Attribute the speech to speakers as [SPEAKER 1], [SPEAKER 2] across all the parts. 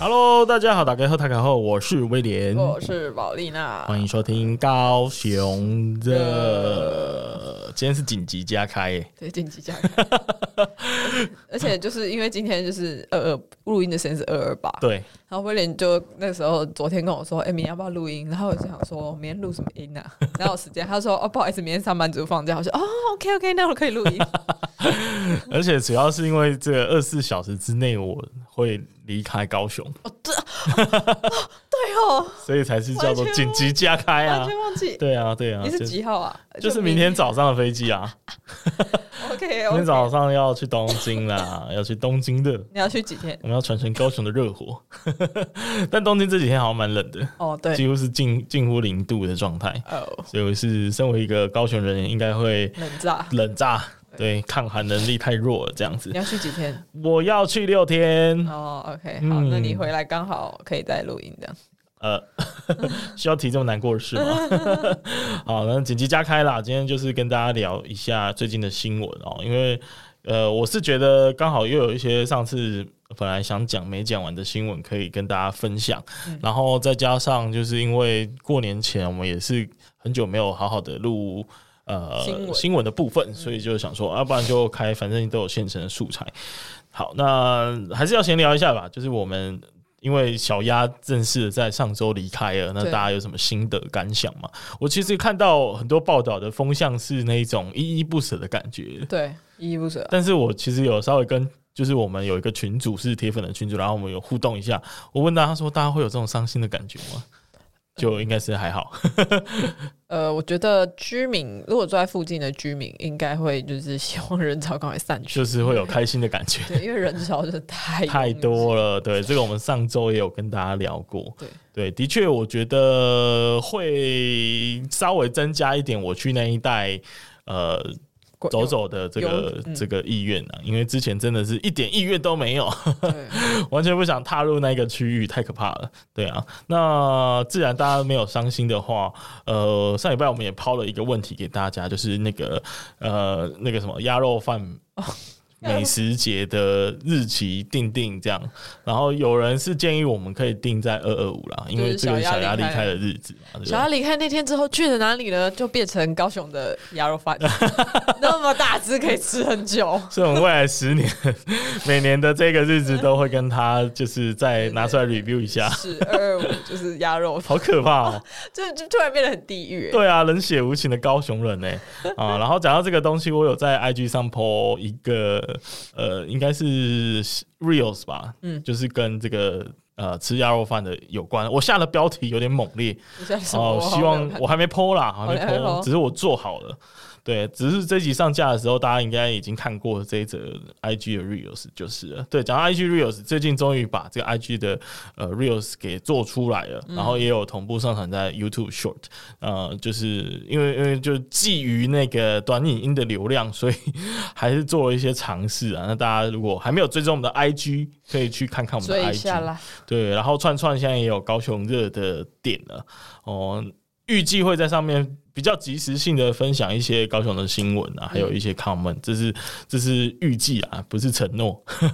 [SPEAKER 1] Hello，大家好，打开后打开后，我是威廉，
[SPEAKER 2] 我是宝丽娜，
[SPEAKER 1] 欢迎收听高雄嗯的。今天是紧急加 开耶，
[SPEAKER 2] 对，紧急加开。 而且就是因为今天就是二二录音的时间是二二八，
[SPEAKER 1] 对，
[SPEAKER 2] 然后威廉就那时候昨天跟我说，哎、明天要不要录音？然后我就想说，明天录什么音啊？ 哪有时间？他说，哦，不好意思，明天上班族放假。我说，哦，OK OK，那我可以录 音。
[SPEAKER 1] 而且主要是因为这个二十四小时之内我会离开高雄，
[SPEAKER 2] 哦，对，哦对哦，
[SPEAKER 1] 所以才是叫做紧急加开
[SPEAKER 2] 完
[SPEAKER 1] 啊。
[SPEAKER 2] 全忘记。
[SPEAKER 1] 对啊，对啊，
[SPEAKER 2] 你是
[SPEAKER 1] 就
[SPEAKER 2] 几号啊？
[SPEAKER 1] 就是明天早上的飞机 啊，
[SPEAKER 2] OK，
[SPEAKER 1] 明
[SPEAKER 2] OK。
[SPEAKER 1] 天早上要去东京啦， 要去东京的，
[SPEAKER 2] 你要去几天？
[SPEAKER 1] 我们要传承高雄的热火。 但东京这几天好像蛮冷的，
[SPEAKER 2] 哦，对，
[SPEAKER 1] 几乎是近近乎零度的状态。
[SPEAKER 2] 哦，
[SPEAKER 1] 所以我是身为一个高雄人，应该会
[SPEAKER 2] 冷炸。
[SPEAKER 1] 冷炸，对，抗寒能力太弱了这样子
[SPEAKER 2] 你。要去几天？
[SPEAKER 1] 我要去六天，
[SPEAKER 2] 哦，OK，好，那你
[SPEAKER 1] 嗯
[SPEAKER 2] 回来刚好可以再录音这样。
[SPEAKER 1] 呃， 需要提这么难过的 事吗？好，那紧急加开啦，今天就是跟大家聊一下最近的新闻哦，因为呃，我是觉得刚好又有一些上次本来想讲没讲完的新闻可以跟大家分享，
[SPEAKER 2] 嗯
[SPEAKER 1] 然后再加上就是因为过年前我们也是很久没有好好的录。呃，
[SPEAKER 2] 新闻嗯
[SPEAKER 1] 新闻的部分，所以就想说，要、啊不然就开，反正都有现成的素材。好，那还是要闲聊一下吧。就是我们因为小鸭正式地在上周离开了，那
[SPEAKER 2] 对
[SPEAKER 1] 大家有什么心得感想吗？我其实看到很多报道的风向是那一种依依不舍的感觉，
[SPEAKER 2] 对，依依不舍。
[SPEAKER 1] 但是我其实有稍微跟。就是我们有一个群组是铁粉的群组，然后我们有互动一下。我问大家说，大家会有这种伤心的感觉吗？就应该是还好，
[SPEAKER 2] 呃，我觉得居民如果住在附近的居民，应该会就是希望人潮赶快散去，
[SPEAKER 1] 就是会有开心的感觉。
[SPEAKER 2] 对，因为人潮真的太
[SPEAKER 1] 太
[SPEAKER 2] 拥挤
[SPEAKER 1] 多了，对这个我们上周也有跟大家聊过，
[SPEAKER 2] 对
[SPEAKER 1] 的确我觉得会稍微增加一点我去那一带呃
[SPEAKER 2] 过
[SPEAKER 1] 走走的这个
[SPEAKER 2] 有、嗯
[SPEAKER 1] 这个意愿啊，因为之前真的是一点意愿都没有，
[SPEAKER 2] 对，
[SPEAKER 1] 完全不想踏入那个区域，太可怕了，对啊，那自然大家没有伤心的话，呃，上礼拜我们也抛了一个问题给大家，就是那个呃那个什么鸭肉饭
[SPEAKER 2] 哦
[SPEAKER 1] 美食节的日期定定这样，然后有人是建议我们可以定在二二五啦，因为
[SPEAKER 2] 就是
[SPEAKER 1] 这个
[SPEAKER 2] 小
[SPEAKER 1] 小
[SPEAKER 2] 鸭
[SPEAKER 1] 鸭
[SPEAKER 2] 离
[SPEAKER 1] 离
[SPEAKER 2] 开
[SPEAKER 1] 开的日子嘛，对不
[SPEAKER 2] 小
[SPEAKER 1] 对
[SPEAKER 2] 鸭离开那天之后去了哪里呢？就变成高雄的鸭肉饭， 那么大只可以吃很久。
[SPEAKER 1] 所以我们未来十年每年的这个日子都会跟他就是再拿出来 review 一下，
[SPEAKER 2] 是二二五就是鸭肉，
[SPEAKER 1] 好可怕哦、
[SPEAKER 2] 就就突然变得很地狱、欸。
[SPEAKER 1] 对啊，冷血无情的高雄人呢、啊，然后讲到这个东西，我有在 IG 上 po 一个呃，应该是 reels 吧，嗯，就是跟这个呃吃鸭肉饭的有关。我下的标题有点猛烈
[SPEAKER 2] 你在什么？哦
[SPEAKER 1] 哦、希 望我还没 po 啦，还没
[SPEAKER 2] 好嘞好
[SPEAKER 1] po，只是我做好了。对，只是这集上架的时候，大家应该已经看过这一则 IG 的 reels 就是了。对，讲到 IG reels，最近终于把这个 IG 的呃 reels 给做出来
[SPEAKER 2] 嗯
[SPEAKER 1] 了，然后也有同步上传在 YouTube Short。呃，就是因为因为就基于那个短影音的流量，所以还是做了一些尝试啊。那大家如果还没有追踪我们的 IG，可以去啊看看我们的
[SPEAKER 2] 追
[SPEAKER 1] IG。
[SPEAKER 2] 一下啦，
[SPEAKER 1] 对，然后串串现在也有高雄热的点了哦，预计会在上面比较及时性的分享一些高雄的新闻
[SPEAKER 2] 嗯
[SPEAKER 1] 啊，还有一些 comment，这是这是预计啊，不是承诺，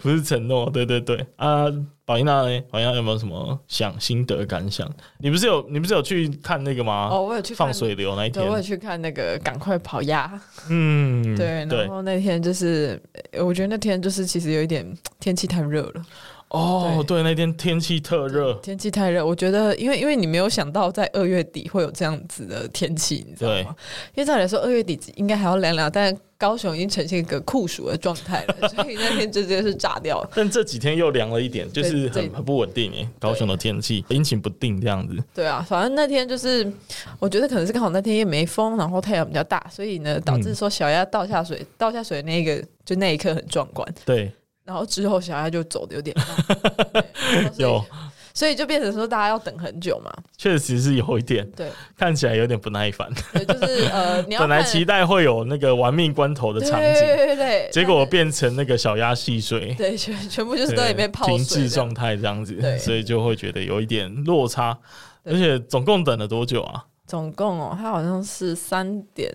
[SPEAKER 1] 不是承诺，对对对啊。宝英娜呢？宝英娜有没有什么想心得感想？你不是有你不是有去看那个吗？
[SPEAKER 2] 哦，我有去看
[SPEAKER 1] 放，水流那一
[SPEAKER 2] 对，我有
[SPEAKER 1] 天，
[SPEAKER 2] 去看那个赶快跑鸭。
[SPEAKER 1] 嗯，
[SPEAKER 2] 对，
[SPEAKER 1] 对
[SPEAKER 2] 然，后那天就是，呃我觉得那天就是其实有一点天气太热了，
[SPEAKER 1] 哦，对，那天天气特热，
[SPEAKER 2] 天气太热。我觉得，因为因为你没有想到在二月底会有这样子的天气，你知道
[SPEAKER 1] 对
[SPEAKER 2] 吗？因为照理来说二月底应该还要凉凉，但高雄已经呈现一个酷暑的状态 了，所以那天直接是炸掉了。
[SPEAKER 1] 但这几天又凉了一点，就是
[SPEAKER 2] 对
[SPEAKER 1] 很很不稳定诶，高雄的天气阴晴不定这样子。
[SPEAKER 2] 对啊，反正那天就是，我觉得可能是刚好那天也没风，然后太阳比较大，所以呢导
[SPEAKER 1] 嗯
[SPEAKER 2] 致说小鸭倒下水，倒下水那个就那一刻很壮观，
[SPEAKER 1] 对，
[SPEAKER 2] 然后之后小鸭就走的有点慢，对然后所以
[SPEAKER 1] 有
[SPEAKER 2] 所以就变成说大家要等很久嘛。
[SPEAKER 1] 确实是有一点，
[SPEAKER 2] 对，
[SPEAKER 1] 看起来有点不耐烦。
[SPEAKER 2] 对就是呃，你要
[SPEAKER 1] 本来
[SPEAKER 2] 看
[SPEAKER 1] 期待会有那个玩命关头的
[SPEAKER 2] 对
[SPEAKER 1] 场
[SPEAKER 2] 对对
[SPEAKER 1] 景，
[SPEAKER 2] 对对，
[SPEAKER 1] 结果
[SPEAKER 2] 但
[SPEAKER 1] 变成那个小鸭戏水
[SPEAKER 2] 是，对全全部就是
[SPEAKER 1] 对
[SPEAKER 2] 都在里面泡水
[SPEAKER 1] 停滞
[SPEAKER 2] 这样
[SPEAKER 1] 状态这样子，
[SPEAKER 2] 对
[SPEAKER 1] 所以就会觉得有一点落差。
[SPEAKER 2] 对
[SPEAKER 1] 而且总共等了多久啊？
[SPEAKER 2] 总共哦，它好像是三点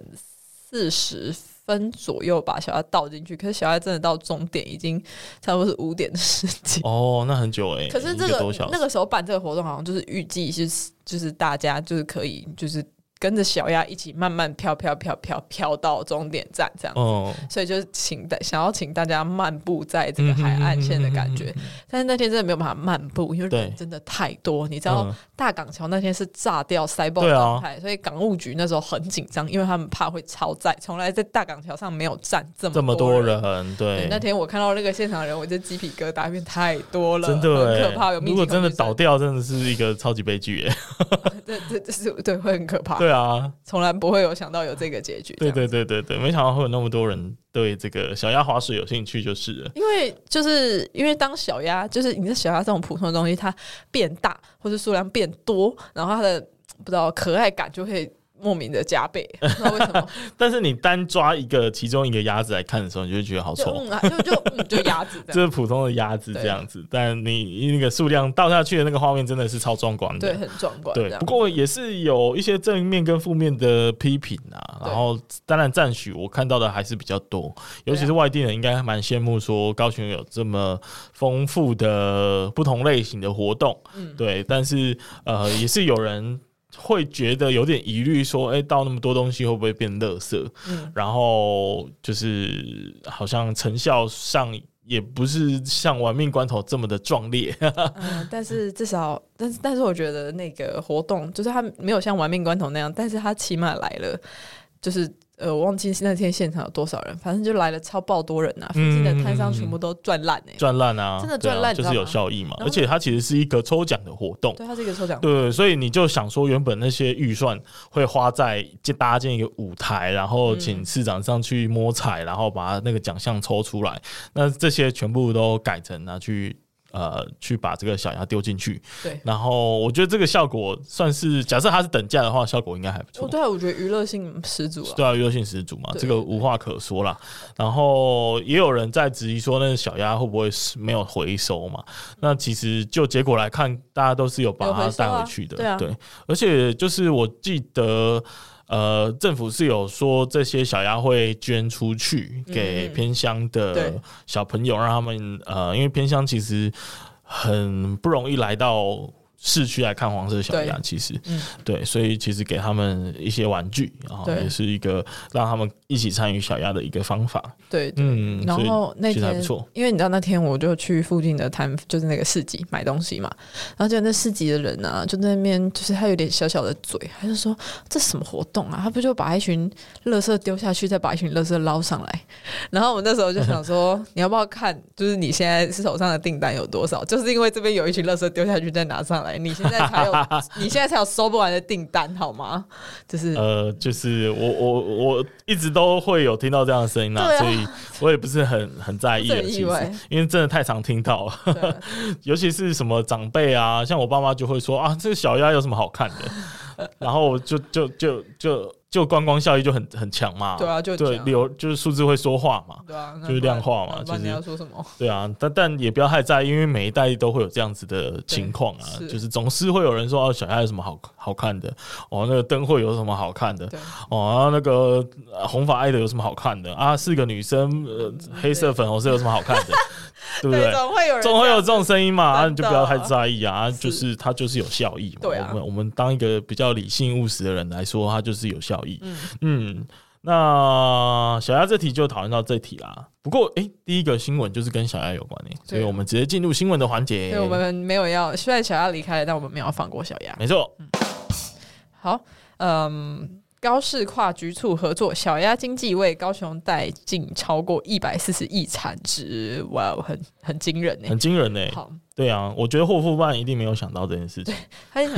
[SPEAKER 2] 四十分左右把小孩倒进去，可是小孩真的到终点已经差不多是五点的事情。
[SPEAKER 1] 哦，那很久哎、
[SPEAKER 2] 可是
[SPEAKER 1] 一
[SPEAKER 2] 这
[SPEAKER 1] 个多小
[SPEAKER 2] 那
[SPEAKER 1] 时。
[SPEAKER 2] 个时候办这个活动，好像就是预计是就是大家就是可以就是跟着小鸭一起慢慢飘飘飘飘飘到终点站这样。
[SPEAKER 1] 哦，
[SPEAKER 2] 所以就是请大想要请大家漫步在这个
[SPEAKER 1] 嗯
[SPEAKER 2] 海岸线的感觉，但是那天真的没有办法漫步，因为
[SPEAKER 1] 对
[SPEAKER 2] 人真的太多。你知道
[SPEAKER 1] 嗯
[SPEAKER 2] 大港桥那天是炸掉塞爆
[SPEAKER 1] 对啊
[SPEAKER 2] 状态，所以港务局那时候很紧张，因为他们怕会超载，从来在大港桥上没有站这么
[SPEAKER 1] 这么
[SPEAKER 2] 多。
[SPEAKER 1] 多人，
[SPEAKER 2] 对，
[SPEAKER 1] 对，
[SPEAKER 2] 那天我看到那个现场的人，我就鸡皮疙瘩，因为太多了，
[SPEAKER 1] 真的
[SPEAKER 2] 很
[SPEAKER 1] 哎、
[SPEAKER 2] 可怕。有密集
[SPEAKER 1] 如果真的
[SPEAKER 2] 恐
[SPEAKER 1] 倒
[SPEAKER 2] 惧
[SPEAKER 1] 掉，真的是一个超级悲剧哎、
[SPEAKER 2] 症，对对对，是对，会很可怕。
[SPEAKER 1] 对啊，
[SPEAKER 2] 从来不会有想到有这个结局。
[SPEAKER 1] 对。对对对对，没想到会有那么多人对这个小鸭滑水有兴趣，就是呃了。
[SPEAKER 2] 因为就是因为当小鸭，就是你的小鸭这种普通的东西，它变大或者数量变多，然后它的不知道可爱感就会莫名的加倍，不知道为什么，
[SPEAKER 1] 但是你单抓一个其中一个鸭子来看的时候，你就会觉得好
[SPEAKER 2] 就
[SPEAKER 1] 丑，
[SPEAKER 2] 嗯啊，就就嗯就鸭 子这
[SPEAKER 1] 这
[SPEAKER 2] 样，
[SPEAKER 1] 是普通的鸭子这样子。但你那个数量倒下去的那个画面真的是超壮观
[SPEAKER 2] 对，
[SPEAKER 1] 的。
[SPEAKER 2] 很壮观，这
[SPEAKER 1] 对，
[SPEAKER 2] 样
[SPEAKER 1] 不过也是有一些正面跟负面的批评啊。
[SPEAKER 2] 对
[SPEAKER 1] 然后当然赞许我看到的还是比较多，尤其是外地人应该还蛮羡慕说高雄有这么丰富的不同类型的活动。
[SPEAKER 2] 嗯
[SPEAKER 1] 对，但是呃，也是有人会觉得有点疑虑，说，哎、到那么多东西会不会变垃圾？
[SPEAKER 2] 嗯
[SPEAKER 1] 然后就是好像成效上也不是像玩命关头这么的壮烈。
[SPEAKER 2] 嗯，但是至少，但是但是我觉得那个活动就是它没有像玩命关头那样，但是它起码来了，就是。呃，我忘记那天现场有多少人，反正就来了超爆多人呐、啊，附近的摊
[SPEAKER 1] 嗯
[SPEAKER 2] 商全部都赚烂哎、
[SPEAKER 1] 赚烂啊，
[SPEAKER 2] 真的
[SPEAKER 1] 对啊
[SPEAKER 2] 赚烂你知
[SPEAKER 1] 就
[SPEAKER 2] 道
[SPEAKER 1] 是有
[SPEAKER 2] 吗
[SPEAKER 1] 效益嘛。
[SPEAKER 2] 然后
[SPEAKER 1] 而且它其实是一个抽奖的活动，
[SPEAKER 2] 对，它是一个抽奖
[SPEAKER 1] 对，所以你就想说，原本那些预算会花在建搭建一个舞台，然后
[SPEAKER 2] 嗯
[SPEAKER 1] 请市长上去摸彩，然后把那个奖项抽出来，那这些全部都改成拿去。呃，去把这个小鸭丢进去，
[SPEAKER 2] 对
[SPEAKER 1] 然后我觉得这个效果算是，假设它是等价的话，效果应该还不错
[SPEAKER 2] 哦，。对啊，我觉得娱乐性十足了。
[SPEAKER 1] 对啊，娱乐性十足嘛，
[SPEAKER 2] 对
[SPEAKER 1] 这个无话可说啦。然后也有人在质疑说，那个小鸭会不会是没有回收嘛？那其实就结果来看，大家都是有把
[SPEAKER 2] 有回
[SPEAKER 1] 它
[SPEAKER 2] 收
[SPEAKER 1] 带
[SPEAKER 2] 啊
[SPEAKER 1] 回去的，
[SPEAKER 2] 对啊
[SPEAKER 1] 而且就是我记得。呃，政府是有说这些小鸭会捐出去给
[SPEAKER 2] 嗯嗯
[SPEAKER 1] 偏乡的
[SPEAKER 2] 对
[SPEAKER 1] 小朋友，让他们呃，因为偏乡其实很不容易来到市区来看黄色小鸭，
[SPEAKER 2] 对
[SPEAKER 1] 其实，
[SPEAKER 2] 嗯
[SPEAKER 1] 对，所以其实给他们一些玩具，然后
[SPEAKER 2] 对
[SPEAKER 1] 也是一个让他们一起参与小鸭的一个方法。
[SPEAKER 2] 对，对
[SPEAKER 1] 嗯，
[SPEAKER 2] 然
[SPEAKER 1] 所以
[SPEAKER 2] 后那
[SPEAKER 1] 其实还不
[SPEAKER 2] 天
[SPEAKER 1] 错，
[SPEAKER 2] 因为你知道那天我就去附近的摊，就是那个市集买东西嘛，然后就那市集的人呢、就在那边，就是他有点小小的嘴，他就说这什么活动啊？他不就把一群垃圾丢下去，再把一群垃圾捞上来？然后我那时候就想说，你要不要看？就是你现在手上的订单有多少？就是因为这边有一群垃圾丢下去再拿上来，你现在 才有，你现在才有收不完的订单，好吗？就是
[SPEAKER 1] 呃，就是我我我一直都会有听到这样的声音啦、
[SPEAKER 2] 对啊
[SPEAKER 1] 所以我也不是很很在意
[SPEAKER 2] 不是
[SPEAKER 1] 了，
[SPEAKER 2] 很
[SPEAKER 1] 其
[SPEAKER 2] 意
[SPEAKER 1] 实
[SPEAKER 2] 外
[SPEAKER 1] 因为真的太常听到了，
[SPEAKER 2] 对啊
[SPEAKER 1] 尤其是什么长辈啊，像我爸妈就会说啊，这个小鸭有什么好看的？ 然后就就就就就观光效益就很很强嘛，
[SPEAKER 2] 对啊就很
[SPEAKER 1] 对
[SPEAKER 2] 强
[SPEAKER 1] 流就是数字会说话嘛，
[SPEAKER 2] 对啊，那
[SPEAKER 1] 就是
[SPEAKER 2] 不
[SPEAKER 1] 量
[SPEAKER 2] 然
[SPEAKER 1] 化嘛
[SPEAKER 2] 那不
[SPEAKER 1] 就
[SPEAKER 2] 然你
[SPEAKER 1] 是
[SPEAKER 2] 要说什么？
[SPEAKER 1] 对啊，但但也不要太在意，因为每一代都会有这样子的情况啊，
[SPEAKER 2] 是
[SPEAKER 1] 就是总是会有人说哦，小鸭有什么好好看的？哦，那个灯会有什么好看的？
[SPEAKER 2] 对
[SPEAKER 1] 哦，然后那个呃红发爱的有什么好看的啊？四个女生，呃，黑色粉红色有什么好看的？ 对不对？
[SPEAKER 2] 嗯总会有人
[SPEAKER 1] 总会有这种声音嘛，啊，
[SPEAKER 2] 真的
[SPEAKER 1] 你就不要太在意啊，就是它就是有效益嘛。
[SPEAKER 2] 对啊
[SPEAKER 1] 我们我们当一个比较理性务实的人来说，它就是有效益。嗯
[SPEAKER 2] 嗯
[SPEAKER 1] 那小鸭这题就讨论到这题啦。不过，诶，第一个新闻就是跟小鸭有关诶、所以我们直接进入新闻的环节。
[SPEAKER 2] 啊对，我们没有要，虽然小鸭离开了，但我们没有要放过小鸭。
[SPEAKER 1] 没错，
[SPEAKER 2] 嗯好，嗯，高市跨局处合作，小鸭经济为高雄带进超过一百四十亿产值，哇哦，很很惊人呢、
[SPEAKER 1] 很惊人诶、
[SPEAKER 2] 好，
[SPEAKER 1] 对啊，我觉得霍富办一定没有想到这件事情。
[SPEAKER 2] 他也很，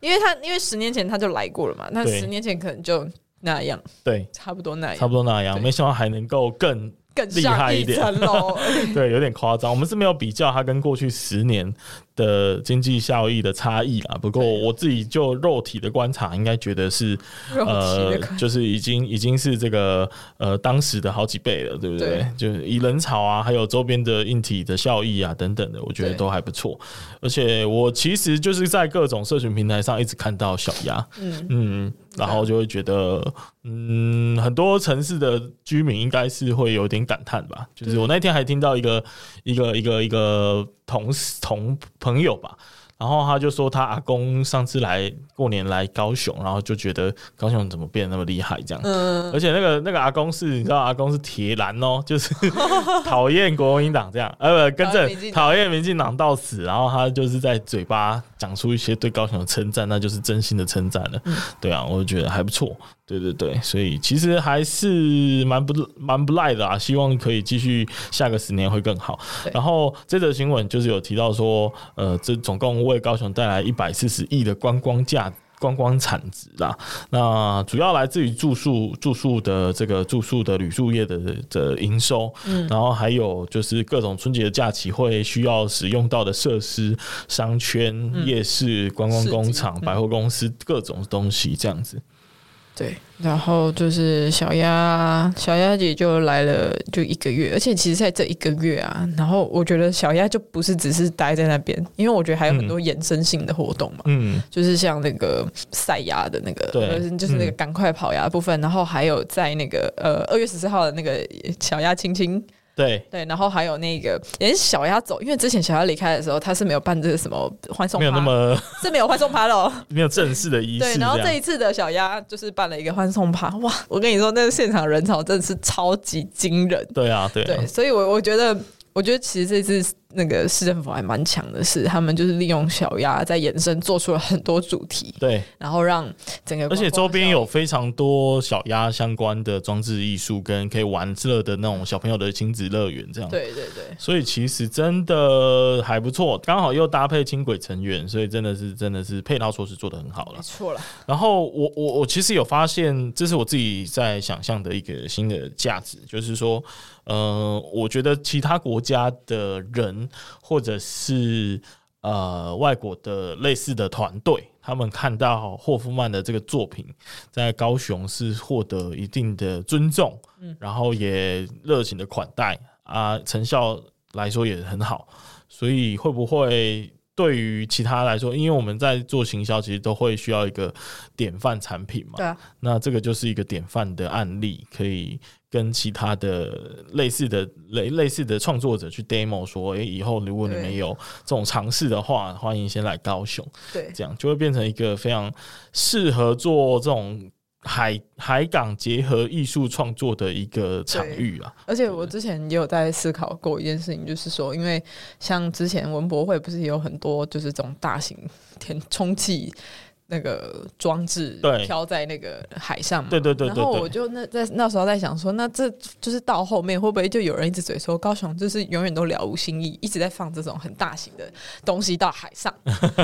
[SPEAKER 2] 因为他因为十年前他就来过了嘛，那
[SPEAKER 1] 对
[SPEAKER 2] 十年前可能就那样，
[SPEAKER 1] 对，
[SPEAKER 2] 差不多那
[SPEAKER 1] 差
[SPEAKER 2] 样，
[SPEAKER 1] 不多那样，
[SPEAKER 2] 对
[SPEAKER 1] 没想到还能够更
[SPEAKER 2] 更
[SPEAKER 1] 厉害
[SPEAKER 2] 上
[SPEAKER 1] 一
[SPEAKER 2] 一
[SPEAKER 1] 点
[SPEAKER 2] 层楼。
[SPEAKER 1] 对，有点夸张。我们是没有比较它跟过去十年的经济效益的差异啦。不过我自己就肉体的观察，应该觉得是
[SPEAKER 2] 肉体
[SPEAKER 1] 呃
[SPEAKER 2] 的观，
[SPEAKER 1] 就是已经已经是这个呃当时的好几倍了，对不对？
[SPEAKER 2] 对
[SPEAKER 1] 就是以人潮啊，还有周边的硬体的效益啊等等的，我觉得
[SPEAKER 2] 对
[SPEAKER 1] 都还不错。而且我其实就是在各种社群平台上一直看到小鸭，
[SPEAKER 2] 嗯，
[SPEAKER 1] 嗯，然后就会觉得，嗯，很多城市的居民应该是会有点感叹吧。就是我那天还听到一个一个一个一个同事同朋友吧，然后他就说他阿公上次来过年来高雄，然后就觉得高雄怎么变得那么厉害这样。
[SPEAKER 2] 嗯，
[SPEAKER 1] 而且那个那个阿公是，你知道阿公是铁蓝哦， 就是讨厌国民党这样，呃，不，跟
[SPEAKER 2] 讨厌民
[SPEAKER 1] 正
[SPEAKER 2] 进
[SPEAKER 1] 讨厌民进党到死，然后他就是在嘴巴讲出一些对高雄的称赞，那就是真心的称赞了。
[SPEAKER 2] 嗯
[SPEAKER 1] 对啊，我就觉得还不错，对对对，所以其实还是蛮不蛮不赖的啊，希望可以继续下个十年会更好。
[SPEAKER 2] 对
[SPEAKER 1] 然后这则新闻就是有提到说，呃，这总共为高雄带来一百四十亿的观光价。观光产值啦，那主要来自于住宿、住宿的这个住宿的旅宿业的的营收，
[SPEAKER 2] 嗯
[SPEAKER 1] 然后还有就是各种春节假期会需要使用到的设施、商圈、夜市、观光
[SPEAKER 2] 嗯市集嗯
[SPEAKER 1] 工厂、百货公司各种东西这样子。
[SPEAKER 2] 对。然后就是小鸭，小鸭姐就来了，就一个月，而且其实在这一个月啊，然后我觉得小鸭就不是只是待在那边，因为我觉得还有很多衍生性的活动嘛。
[SPEAKER 1] 嗯，
[SPEAKER 2] 就是像那个赛亚的那个，
[SPEAKER 1] 对
[SPEAKER 2] 就是就是那个赶快跑呀的部分，然后还有在那个呃二月十四号的那个小鸭亲亲，
[SPEAKER 1] 对，
[SPEAKER 2] 对，然后还有那个连小鸭走，因为之前小鸭离开的时候，他是没有办这个什么欢送
[SPEAKER 1] 没
[SPEAKER 2] 趴，
[SPEAKER 1] 有那么
[SPEAKER 2] 是没有欢送趴的哦。
[SPEAKER 1] 没有正式的仪式
[SPEAKER 2] 对，
[SPEAKER 1] 这
[SPEAKER 2] 然后
[SPEAKER 1] 样。
[SPEAKER 2] 这一次的小鸭就是办了一个欢送趴，哇！ 我跟你说，那个现场人潮真的是超级惊人，
[SPEAKER 1] 对啊，对啊，
[SPEAKER 2] 对，所以我我觉得，我觉得其实这次那个市政府还蛮强的是，他们就是利用小鸭在延伸做出了很多主题，
[SPEAKER 1] 对
[SPEAKER 2] 然后让整个
[SPEAKER 1] 而
[SPEAKER 2] 观光
[SPEAKER 1] 且周边有
[SPEAKER 2] 效益
[SPEAKER 1] 非常多小鸭相关的装置艺术跟可以玩乐的那种小朋友的亲子乐园这样。
[SPEAKER 2] 对对对
[SPEAKER 1] 所以其实真的还不错，刚好又搭配轻轨成员，所以真的是真的是配套措施做得很好了
[SPEAKER 2] 没。错了，
[SPEAKER 1] 然后我我我其实有发现，这是我自己在想象的一个新的价值，就是说，呃，我觉得其他国家的人或者是呃外国的类似的团队，他们看到霍夫曼的这个作品在高雄是获得一定的尊重，然后也热情的款待啊，成效来说也很好，所以会不会？对于其他来说，因为我们在做行销，其实都会需要一个典范产品嘛。
[SPEAKER 2] 对啊，
[SPEAKER 1] 那这个就是一个典范的案例，可以跟其他的类似的类类似的创作者去 demo 说，诶、以后如果你们
[SPEAKER 2] 对
[SPEAKER 1] 有这种尝试的话，欢迎先来高雄，
[SPEAKER 2] 对
[SPEAKER 1] 这样就会变成一个非常适合做这种海海港结合艺术创作的一个场域啊。
[SPEAKER 2] 而且我之前也有在思考过一件事情，就是说，因为像之前文博会不是也有很多就是这种大型填充气那个装置
[SPEAKER 1] 对
[SPEAKER 2] 飘在那个海上嘛，
[SPEAKER 1] 对对对对
[SPEAKER 2] 然后我
[SPEAKER 1] 对，
[SPEAKER 2] 就那在那时候在想说，那这就是到后面会不会就有人一直嘴说高雄就是永远都了无新意，一直在放这种很大型的东西到海 上，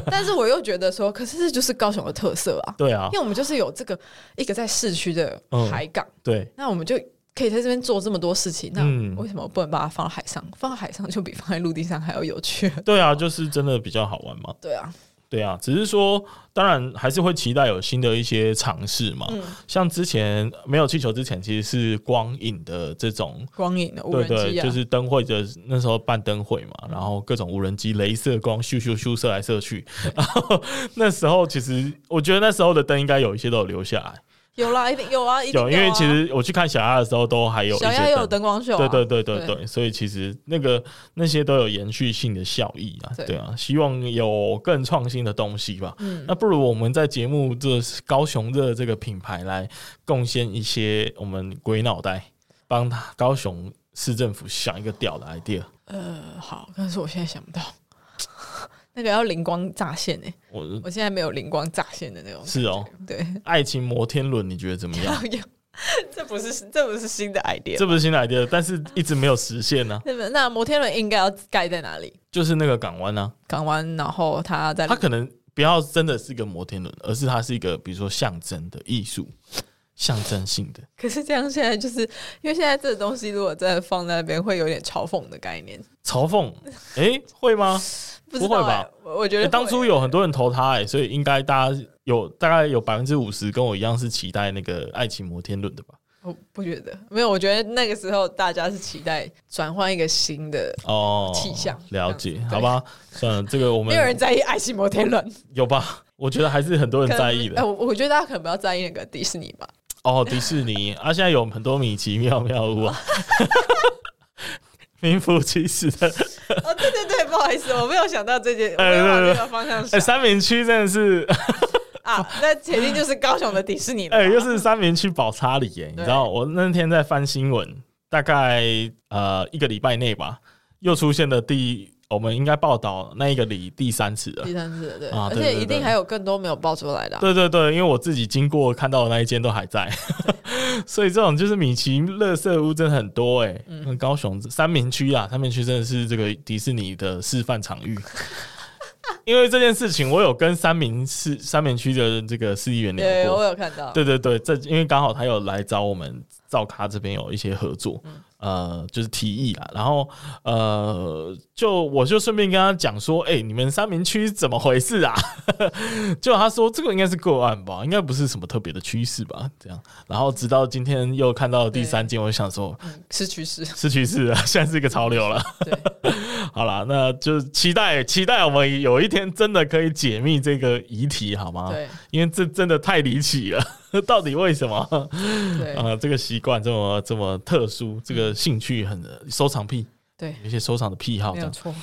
[SPEAKER 2] 但是我又觉得说，可是这就是高雄的特色啊，
[SPEAKER 1] 对啊
[SPEAKER 2] 因为，我们就是有这个一个在市区的
[SPEAKER 1] 嗯
[SPEAKER 2] 海港，
[SPEAKER 1] 对
[SPEAKER 2] 那我们就可以在这边做这么多事情，那
[SPEAKER 1] 嗯
[SPEAKER 2] 为什么不能把它放到海上？放到海上就比放在陆地上还要有趣。
[SPEAKER 1] 对啊，就是真的比较好玩嘛。
[SPEAKER 2] 对 啊，
[SPEAKER 1] 对啊，只是说，当然还是会期待有新的一些尝试嘛。
[SPEAKER 2] 嗯
[SPEAKER 1] 像之前没有气球之前，其实是光影的这种。
[SPEAKER 2] 光影的无
[SPEAKER 1] 对
[SPEAKER 2] 人
[SPEAKER 1] 对
[SPEAKER 2] 机，啊，
[SPEAKER 1] 就是灯会的那时候办灯会嘛，然后各种无人机、镭射光咻咻咻射来射去， 然后那时候其实我觉得那时候的灯应该有一些都有留下来，
[SPEAKER 2] 有啦，一定有啊，一定
[SPEAKER 1] 有，因为
[SPEAKER 2] 啊
[SPEAKER 1] 其实我去看小鸭的时候都还有一
[SPEAKER 2] 小鸭也
[SPEAKER 1] 些
[SPEAKER 2] 有灯光秀、啊，
[SPEAKER 1] 对对对对
[SPEAKER 2] 对
[SPEAKER 1] 对，所以其实那个那些都有延续性的效益啊，
[SPEAKER 2] 对
[SPEAKER 1] 对啊，希望有更创新的东西吧。
[SPEAKER 2] 嗯
[SPEAKER 1] 那不如我们在节目这高雄的这个品牌来贡献一些我们鬼脑袋，帮他高雄市政府想一个屌的 idea。
[SPEAKER 2] 呃，好，但是我现在想不到， 那个要灵光乍现哎、
[SPEAKER 1] 我
[SPEAKER 2] 我现在没有灵光乍现的那种。
[SPEAKER 1] 是哦，
[SPEAKER 2] 对，
[SPEAKER 1] 爱情摩天轮，你觉得怎么 样？
[SPEAKER 2] 这不是这不是新的 idea
[SPEAKER 1] 这。不是新的 idea，但是一直没有实现呢、
[SPEAKER 2] 那么那摩天轮应该要盖在哪里？
[SPEAKER 1] 就是那个港湾啊呢、
[SPEAKER 2] 港湾，然后它在
[SPEAKER 1] 它可能不要真的是一个摩天轮，而是它是一个比如说象征的艺术，象征性的。
[SPEAKER 2] 可是这样现在就是因为现在这个东西如果真的放在那边，会有点嘲讽的概念，
[SPEAKER 1] 嘲讽，诶，会吗？
[SPEAKER 2] 不知
[SPEAKER 1] 不
[SPEAKER 2] 道、欸、
[SPEAKER 1] 会吧
[SPEAKER 2] 我我觉
[SPEAKER 1] 诶
[SPEAKER 2] 得、
[SPEAKER 1] 当初有很多人投他、诶，所以应该大家有大概有百分之五十跟我一样是期待那个《爱情摩天轮》的吧？
[SPEAKER 2] 我不觉得没有，我觉得那个时候大家是期待转换一个新的，
[SPEAKER 1] 哦，
[SPEAKER 2] 气象
[SPEAKER 1] 了解
[SPEAKER 2] 这，样子
[SPEAKER 1] 好吧，算了，这个我
[SPEAKER 2] 没
[SPEAKER 1] 们
[SPEAKER 2] 有人在意爱情摩天轮，
[SPEAKER 1] 有吧？我觉得还是很多人在意
[SPEAKER 2] 可能哎
[SPEAKER 1] 的。
[SPEAKER 2] 我我觉得大家可能不要在意那个迪士尼吧，
[SPEAKER 1] 哦，迪士尼啊，现在有很多米奇妙妙 屋啊， 名副其实的。
[SPEAKER 2] 哦，对对对，不好意思，我没有想到这件，我
[SPEAKER 1] 哎
[SPEAKER 2] 没有往
[SPEAKER 1] 对
[SPEAKER 2] 这
[SPEAKER 1] 对对
[SPEAKER 2] 个方向
[SPEAKER 1] 哎，
[SPEAKER 2] 想、
[SPEAKER 1] 三明区真的是，
[SPEAKER 2] 啊。那铁定就是高雄的迪士尼了吧，
[SPEAKER 1] 哎，又是三明区宝查理耶！你知道，我那天在翻新闻，大概呃一个礼拜内吧，又出现了第，我们应该报道那一个里第三次了
[SPEAKER 2] 第。三次了，对，
[SPEAKER 1] 啊
[SPEAKER 2] 而
[SPEAKER 1] 对对
[SPEAKER 2] 且
[SPEAKER 1] 对
[SPEAKER 2] 一定还有更多没有爆出来的啊、
[SPEAKER 1] 对对对，因为我自己经过看到的那一间都 还在，所以这种就是米奇乐色屋真的很多哎、嗯，高雄三明区啊，三明区真的是这个迪士尼的示范场域。 因为这件事情，我有跟三明市三明区的这个市议员聊
[SPEAKER 2] 对，
[SPEAKER 1] 过
[SPEAKER 2] 我，有看到，
[SPEAKER 1] 对对对，这因为刚好他有来找我们造咖这边有一些合作，呃，就是提议啊，然后呃，就我就顺便跟他讲说，哎、你们三明区怎么回事啊？ 就他说这个应该是个案吧，应该不是什么特别的趋势吧，这样。然后直到今天又看到第三件，我就想说
[SPEAKER 2] 是趋势，
[SPEAKER 1] 是趋势啊， 现在是一个潮流了。
[SPEAKER 2] 对，
[SPEAKER 1] 好啦，那就期待期待我们有一天真的可以解密这个遗体，好吗？
[SPEAKER 2] 对
[SPEAKER 1] 因为这真的太离奇了， 到底为什么？
[SPEAKER 2] 对
[SPEAKER 1] 啊，这个习惯这么这么特殊，这
[SPEAKER 2] 嗯
[SPEAKER 1] 个兴趣很收藏癖，
[SPEAKER 2] 对，
[SPEAKER 1] 有一些收藏的癖好
[SPEAKER 2] 没
[SPEAKER 1] 这
[SPEAKER 2] 有
[SPEAKER 1] 样。
[SPEAKER 2] 错。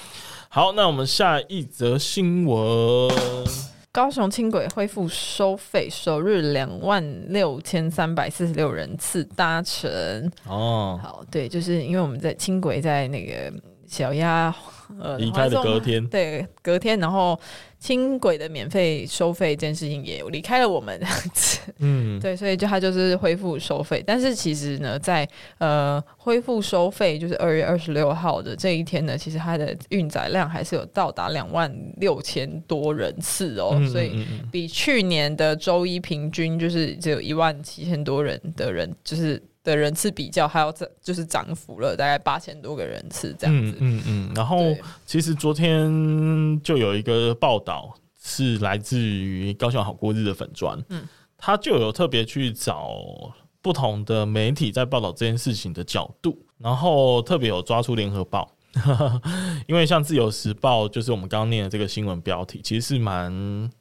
[SPEAKER 1] 好，那我们下一则新闻，
[SPEAKER 2] 高雄轻轨恢复收费，首日两万六千三百四十六人次搭乘。
[SPEAKER 1] 哦，
[SPEAKER 2] 好，对，就是因为我们在轻轨在那个小鸭呃
[SPEAKER 1] 离开的隔天
[SPEAKER 2] 对，隔天，然后轻轨的免费收费这件事情也离开了我们，
[SPEAKER 1] 嗯，
[SPEAKER 2] 对，所以就它就是恢复收费，但是其实呢，在呃恢复收费就是二月二十六号的这一天呢，其实它的运载量还是有到达两万六千多人次哦，
[SPEAKER 1] 嗯
[SPEAKER 2] 所以。
[SPEAKER 1] 嗯嗯嗯
[SPEAKER 2] 比去年的周一平均就是只有一万七千多人的人，就是的人次比较，还有这就是涨幅了大概八千多个人次这样子。
[SPEAKER 1] 嗯嗯嗯。然后
[SPEAKER 2] 对
[SPEAKER 1] 其实昨天就有一个报道是来自于高雄好过日的粉砖，嗯，他就有特别去找不同的媒体在报道这件事情的角度，然后特别有抓出联合报。 因为像《自由时报》就是我们刚刚念的这个新闻标题，其实是蛮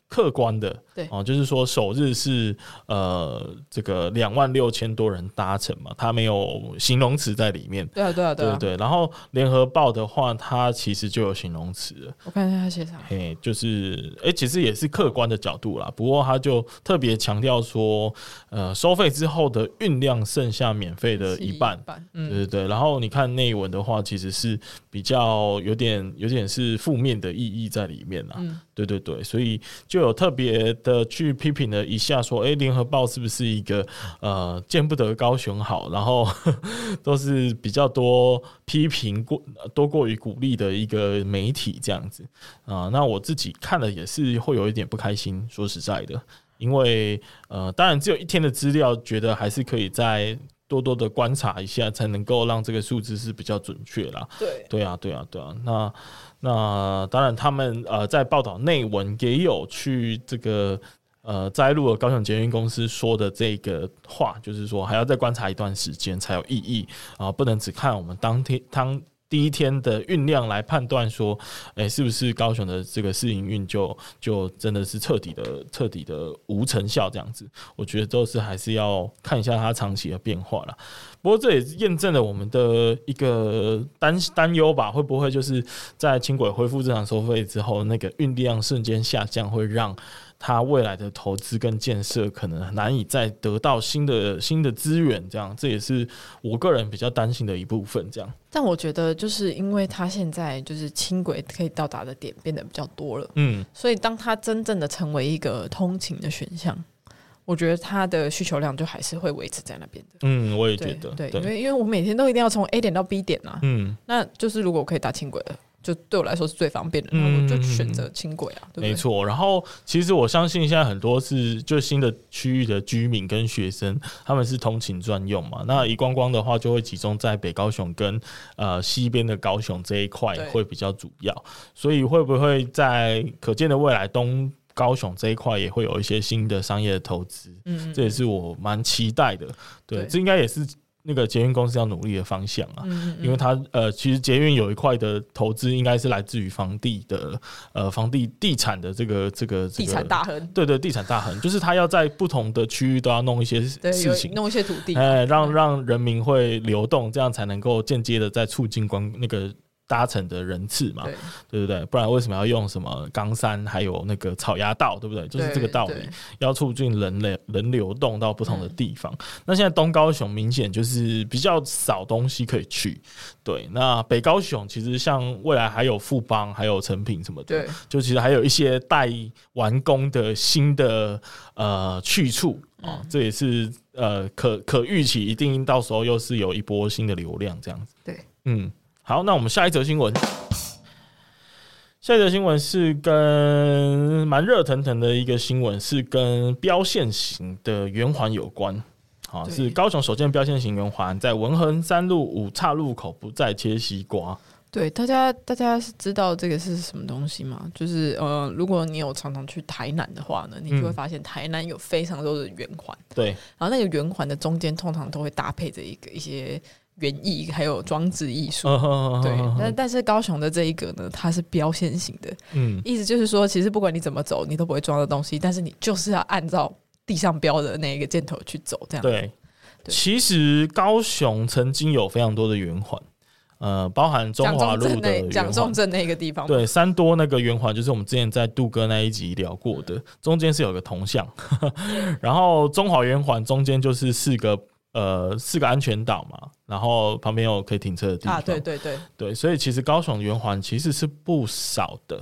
[SPEAKER 1] 客观的，
[SPEAKER 2] 对
[SPEAKER 1] 哦，就是说首日是呃这个两万六千多人搭乘嘛，它没有形容词在里面，
[SPEAKER 2] 对啊，对啊，
[SPEAKER 1] 对
[SPEAKER 2] 啊！
[SPEAKER 1] 对，然后联合报的话，它其实就有形容词了，
[SPEAKER 2] 我看一下他写啥。
[SPEAKER 1] 嘿，就是哎、诶其实也是客观的角度啦。不过它就特别强调说，呃，收费之后的运量剩下免费的一半。对
[SPEAKER 2] 嗯，
[SPEAKER 1] 对对，然后你看内文的话，其实是比较有点有点是负面的意义在里面啦。啊
[SPEAKER 2] 嗯
[SPEAKER 1] 对对对，所以就有特别的去批评了一下，说，哎，联合报是不是一个呃见不得高雄好，然后 都是比较多批评过多过于鼓励的一个媒体这样子啊、那我自己看了也是会有一点不开心，说实在的，因为呃，当然只有一天的资料，觉得还是可以再多多的观察一下，才能够让这个数字是比较准确啦。
[SPEAKER 2] 对，
[SPEAKER 1] 对啊，对啊，对啊。那那当然，他们呃在报道内文也有去这个呃摘录了高雄捷运公司说的这个话，就是说还要再观察一段时间才有意义啊、不能只看我们当天当。第一天的运量来判断说，诶、是不是高雄的这个试营运就就真的是彻底的、彻底的无成效这样子？我觉得都是还是要看一下它长期的变化啦。不过这也验证了我们的一个担担忧吧，会不会就是在轻轨恢复正常收费之后，那个运量瞬间下降，会让它未来的投资跟建设可能难以再得到新的新的资源？这样，这也是我个人比较担心的一部分。这样，
[SPEAKER 2] 但我觉得就是因为它现在就是轻轨可以到达的点变得比较多了，
[SPEAKER 1] 嗯，
[SPEAKER 2] 所以当它真正的成为一个通勤的选项，我觉得它的需求量就还是会维持在那边的。
[SPEAKER 1] 嗯，我也觉
[SPEAKER 2] 对
[SPEAKER 1] 得，
[SPEAKER 2] 对，因为因为我每天都一定要从 A 点到 B 点啊，
[SPEAKER 1] 嗯，
[SPEAKER 2] 那就是如果我可以搭轻轨了，就对我来说是最方便的，那
[SPEAKER 1] 嗯
[SPEAKER 2] 我就选择轻轨啊，对不对？
[SPEAKER 1] 没错，然后其实我相信现在很多是就是新的区域的居民跟学生，他们是通勤专用
[SPEAKER 2] 嗯
[SPEAKER 1] 嘛。那一光光的话，就会集中在北高雄跟呃西边的高雄这一块
[SPEAKER 2] 对
[SPEAKER 1] 会比较主要，所以会不会在可见的未来东？高雄这一块也会有一些新的商业投资，
[SPEAKER 2] 嗯，
[SPEAKER 1] 这也是我蛮期待的。对，
[SPEAKER 2] 对
[SPEAKER 1] 这应该也是那个捷运公司要努力的方向啊。
[SPEAKER 2] 嗯，嗯嗯
[SPEAKER 1] 因为它呃，其实捷运有一块的投资应该是来自于房地的呃房地地产的这个这个、这
[SPEAKER 2] 地
[SPEAKER 1] 个、
[SPEAKER 2] 产大亨，
[SPEAKER 1] 对对地产大亨，就是它要在不同的区域都要弄一些
[SPEAKER 2] 对，有
[SPEAKER 1] 事情。
[SPEAKER 2] 弄一些土地，
[SPEAKER 1] 哎，让让人民会流动，这样才能够间接的在促进观那个搭乘的人次嘛，
[SPEAKER 2] 对，
[SPEAKER 1] 对不对？不然为什么要用什么冈山还有那个草衙道，对不对？就是这个
[SPEAKER 2] 对
[SPEAKER 1] 道理。
[SPEAKER 2] 对
[SPEAKER 1] 要促进人类人流动到不同的地方。那现在东高雄明显就是比较少东西可以去，对。那北高雄其实像未来还有富邦、还有成品什么的
[SPEAKER 2] 对，
[SPEAKER 1] 就其实还有一些带完工的新的呃去处啊、
[SPEAKER 2] 嗯
[SPEAKER 1] 这也是呃可可预期，一定到时候又是有一波新的流量这样子。
[SPEAKER 2] 对，
[SPEAKER 1] 嗯，好，那我们下一则新闻。下一则新闻是跟蛮热腾腾的一个新闻，是跟标线型的圆环有关。啊，
[SPEAKER 2] 对
[SPEAKER 1] 是高雄首建标线型圆环在文衡三路五岔路口不再切西瓜。
[SPEAKER 2] 对，大家大家是知道这个是什么东西吗？就是呃，如果你有常常去台南的话呢，你就会
[SPEAKER 1] 嗯
[SPEAKER 2] 发现台南有非常多的圆环，
[SPEAKER 1] 对，
[SPEAKER 2] 然后那个圆环的中间通常都会搭配着一个一些园艺还有装置艺术。
[SPEAKER 1] 嗯
[SPEAKER 2] 对，但但是高雄的这一个呢，它是标线型的，
[SPEAKER 1] 嗯，
[SPEAKER 2] 意思就是说，其实不管你怎么走，你都不会撞到东西，但是你就是要按照地上标的那一个箭头去走，这样。
[SPEAKER 1] 对。
[SPEAKER 2] 对
[SPEAKER 1] 其实高雄曾经有非常多的圆环，呃，包含中
[SPEAKER 2] 蒋
[SPEAKER 1] 华
[SPEAKER 2] 中
[SPEAKER 1] 路
[SPEAKER 2] 正
[SPEAKER 1] 的
[SPEAKER 2] 那
[SPEAKER 1] 圆
[SPEAKER 2] 蒋
[SPEAKER 1] 环
[SPEAKER 2] 中。正那个地方，
[SPEAKER 1] 对，三多那个圆环就是我们之前在杜哥那一集聊过的，中间是有个铜像， 然后中华圆环中间就是四个呃四个安全岛嘛，然后旁边有可以停车的地方。
[SPEAKER 2] 啊，对对 对，
[SPEAKER 1] 对，所以其实高雄圆环其实是不少的，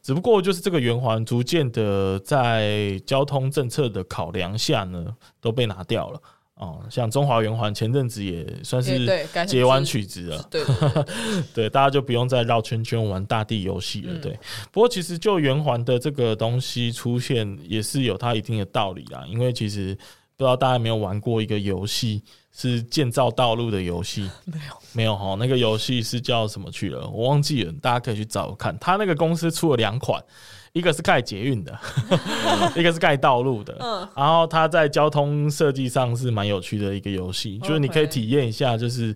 [SPEAKER 1] 只不过就是这个圆环逐渐的在交通政策的考量下呢，都被拿掉了。哦、像中华圆环前阵子也算
[SPEAKER 2] 也
[SPEAKER 1] 是
[SPEAKER 2] 对，改成
[SPEAKER 1] 截弯
[SPEAKER 2] 是
[SPEAKER 1] 取直了，
[SPEAKER 2] 对对对对
[SPEAKER 1] 对，大家就不用再绕圈圈玩大地游戏了。
[SPEAKER 2] 嗯
[SPEAKER 1] 对，不过其实就圆环的这个东西出现，也是有它一定的道理啦。因为其实不知道大家有没有玩过一个游戏，是建造道路的游戏，
[SPEAKER 2] 没有
[SPEAKER 1] 没有哈，那个游戏是叫什么去了？我忘记了，大家可以去找看。他那个公司出了两款，一个是盖捷运的， 一个是盖道路的。
[SPEAKER 2] 嗯
[SPEAKER 1] 然后它在交通设计上是蛮有趣的一个游戏，就是你可以
[SPEAKER 2] OK
[SPEAKER 1] 体验一下，就是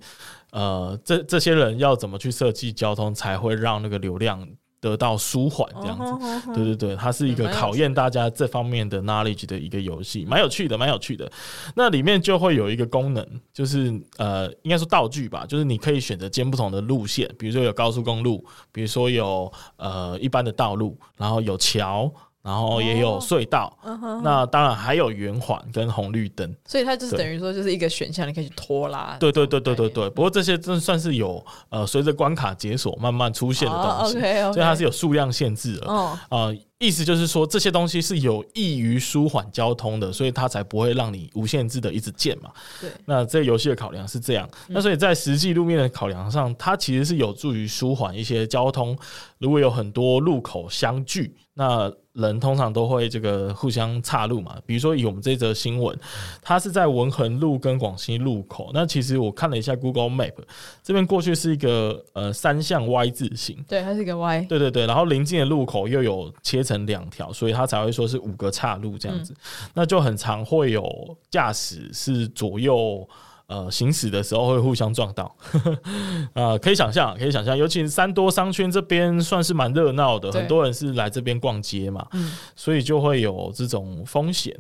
[SPEAKER 1] 呃，这这些人要怎么去设计交通，才会让那个流量得到舒缓这样子。
[SPEAKER 2] 子
[SPEAKER 1] 对对对，它是一
[SPEAKER 2] 嗯
[SPEAKER 1] 个
[SPEAKER 2] 蛮有
[SPEAKER 1] 考验大家这方面的 knowledge 的一个游戏，蛮有趣的，蛮有趣的。那里面就会有一个功能，就是呃，应该说道具吧，就是你可以选择兼不同的路线，比如说有高速公路，比如说有呃一般的道路，然后有桥，然后也有
[SPEAKER 2] 哦
[SPEAKER 1] 隧道，那当然还有圆环跟红绿灯。
[SPEAKER 2] 所以它就是
[SPEAKER 1] 对
[SPEAKER 2] 等于说就是一个选项，你可以去拖拉。
[SPEAKER 1] 对对对对对对，不过这些真的算是有呃随着关卡解锁慢慢出现的
[SPEAKER 2] 哦
[SPEAKER 1] 东西，
[SPEAKER 2] OK OK，
[SPEAKER 1] 所以它是有数量限制的。
[SPEAKER 2] 嗯
[SPEAKER 1] 呃，意思就是说这些东西是有益于舒缓交通的，所以它才不会让你无限制的一直建嘛。
[SPEAKER 2] 对
[SPEAKER 1] 那这个游戏的考量是这样，那所以在实际路面的考量上，它其实是有助于舒缓一些交通。如果有很多路口相聚，那人通常都会这个互相岔路嘛。比如说以我们这则新闻，它是在文衡路跟广西路口。那其实我看了一下 Google Map，这边过去是一个呃三项 Y 字形。
[SPEAKER 2] 对，它是一个 Y。
[SPEAKER 1] 对对对，然后临近的路口又有切成两条，所以它才会说是五个岔路这样子。
[SPEAKER 2] 嗯
[SPEAKER 1] 那就很常会有驾驶是左右呃行驶的时候会互相撞到， 呃，可以想象，可以想象，尤其是三多商圈这边算是蛮热闹的，
[SPEAKER 2] 对
[SPEAKER 1] 很多人是来这边逛街嘛，
[SPEAKER 2] 嗯
[SPEAKER 1] 所以就会有这种风险。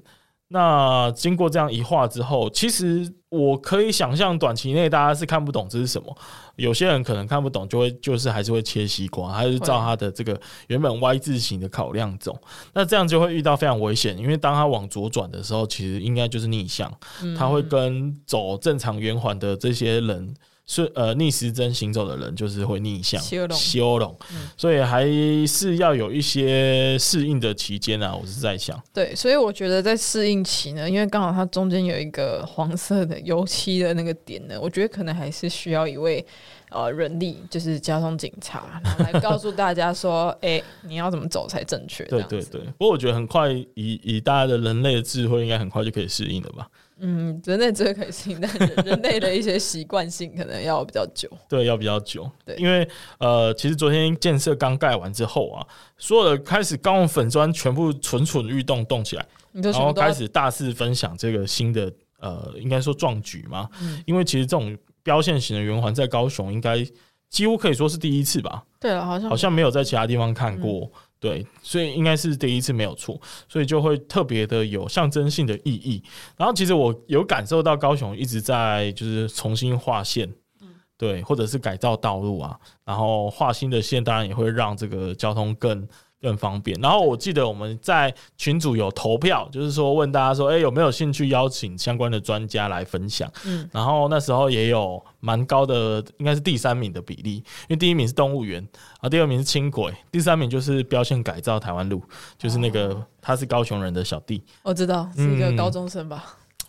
[SPEAKER 1] 那经过这样一化之后，其实我可以想象，短期内大家是看不懂这是什么。有些人可能看不懂，就会就是还是会切西瓜，还是照
[SPEAKER 2] 会
[SPEAKER 1] 他的这个原本 Y 字形的考量走。那这样就会遇到非常危险，因为当他往左转的时候，其实应该就是逆向，
[SPEAKER 2] 嗯
[SPEAKER 1] 他会跟走正常圆环的这些人。是呃逆时针行走的人，就是会逆向
[SPEAKER 2] 修拢嗯
[SPEAKER 1] 修拢所以还是要有一些适应的期间啊。我是在想，
[SPEAKER 2] 对，所以我觉得在适应期呢，因为刚好它中间有一个黄色的油漆的那个点呢，我觉得可能还是需要一位呃人力，就是交通警察，然后来告诉大家说， 哎、你要怎么走才正确？
[SPEAKER 1] 对
[SPEAKER 2] 这样
[SPEAKER 1] 对
[SPEAKER 2] 子
[SPEAKER 1] 对，不过我觉得很快以以大家的人类的智慧，应该很快就可以适应了吧？
[SPEAKER 2] 嗯，人类最可以适应，但人人类的一些习惯性可能要比较久。
[SPEAKER 1] 对，要比较久。
[SPEAKER 2] 对
[SPEAKER 1] 因为呃，其实昨天建设刚盖完之后啊，所有的开始刚用粉砖全部蠢蠢欲动动起来，
[SPEAKER 2] 你就
[SPEAKER 1] 然
[SPEAKER 2] 全
[SPEAKER 1] 后
[SPEAKER 2] 部都要
[SPEAKER 1] 哦开始大肆分享这个新的呃，应该说壮举嘛。
[SPEAKER 2] 嗯
[SPEAKER 1] 因为其实这种标线型的圆环在高雄应该几乎可以说是第一次吧，
[SPEAKER 2] 对了，好像
[SPEAKER 1] 好像没有在其他地方看过。对，所以应该是第一次没有错，所以就会特别的有象征性的意义。然后其实我有感受到高雄一直在就是重新划线，对，或者是改造道路啊，然后划新的线，当然也会让这个交通更更方便。然后我记得我们在群组有投票，就是说问大家说，哎、有没有兴趣邀请相关的专家来分享？
[SPEAKER 2] 嗯
[SPEAKER 1] 然后那时候也有蛮高的，应该是第三名的比例，因为第一名是动物园，啊，第二名是轻轨，第三名就是标线改造台湾路，就是那个、
[SPEAKER 2] 哦
[SPEAKER 1] 他是高雄人的小弟，
[SPEAKER 2] 我知道是一个
[SPEAKER 1] 嗯
[SPEAKER 2] 高中生吧，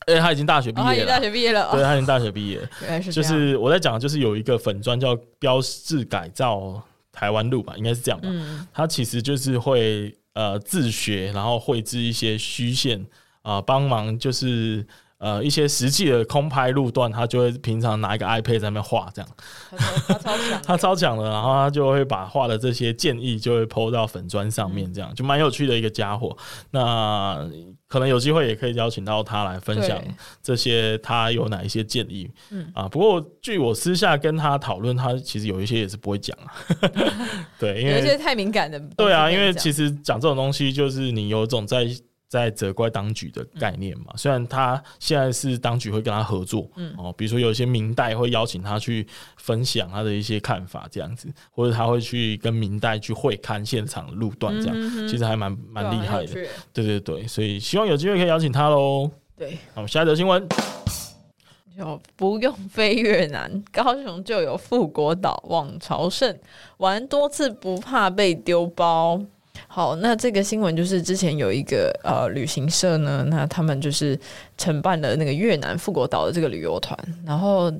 [SPEAKER 1] 哎、他已经大学毕
[SPEAKER 2] 哦他已
[SPEAKER 1] 业
[SPEAKER 2] 经
[SPEAKER 1] 了，
[SPEAKER 2] 大学毕业了，
[SPEAKER 1] 对，
[SPEAKER 2] 哦
[SPEAKER 1] 他已经大学毕业了。
[SPEAKER 2] 原 来是这
[SPEAKER 1] 就
[SPEAKER 2] 样。
[SPEAKER 1] 是我在讲的，就是有一个粉砖叫标志改造台湾路吧，应该是这样吧。
[SPEAKER 2] 嗯，
[SPEAKER 1] 它其实就是会呃自学，然后绘制一些虚线啊、呃帮忙就是呃一些实际的空拍路段，他就会平常拿一个 iPad 在那边画这样。
[SPEAKER 2] 他超 他超强的，
[SPEAKER 1] 他超强了，然后他就会把画的这些建议就会 PO 到粉砖上面，
[SPEAKER 2] 嗯
[SPEAKER 1] 这样就蛮有趣的一个家伙。那可能有机会也可以邀请到他来分享
[SPEAKER 2] 对
[SPEAKER 1] 这些他有哪一些建议。
[SPEAKER 2] 嗯
[SPEAKER 1] 啊，不过据我私下跟他讨论，他其实有一些也是不会讲啊。 对，因
[SPEAKER 2] 有一些
[SPEAKER 1] 为
[SPEAKER 2] 太敏感的。
[SPEAKER 1] 对啊，因为
[SPEAKER 2] 实
[SPEAKER 1] 其实讲这种东西，就是你有种在在责怪当局的概念嘛。虽然他现在是当局会跟他合作，
[SPEAKER 2] 嗯
[SPEAKER 1] 哦，比如说有一些明代会邀请他去分享他的一些看法，这样子，或者他会去跟明代去会勘现场的路段，这样、
[SPEAKER 2] 嗯
[SPEAKER 1] 其实还蛮蛮厉害的。。
[SPEAKER 2] 对啊很有趣
[SPEAKER 1] 对对对，所以希望有机会可以邀请他喽。
[SPEAKER 2] 对，
[SPEAKER 1] 好，下一则新闻。
[SPEAKER 2] 就不用飞越南，高雄就有富国岛往朝圣，玩多次不怕被丢包。好，那这个新闻就是之前有一个呃旅行社呢，那他们就是承办了那个越南富国岛的这个旅游团，然后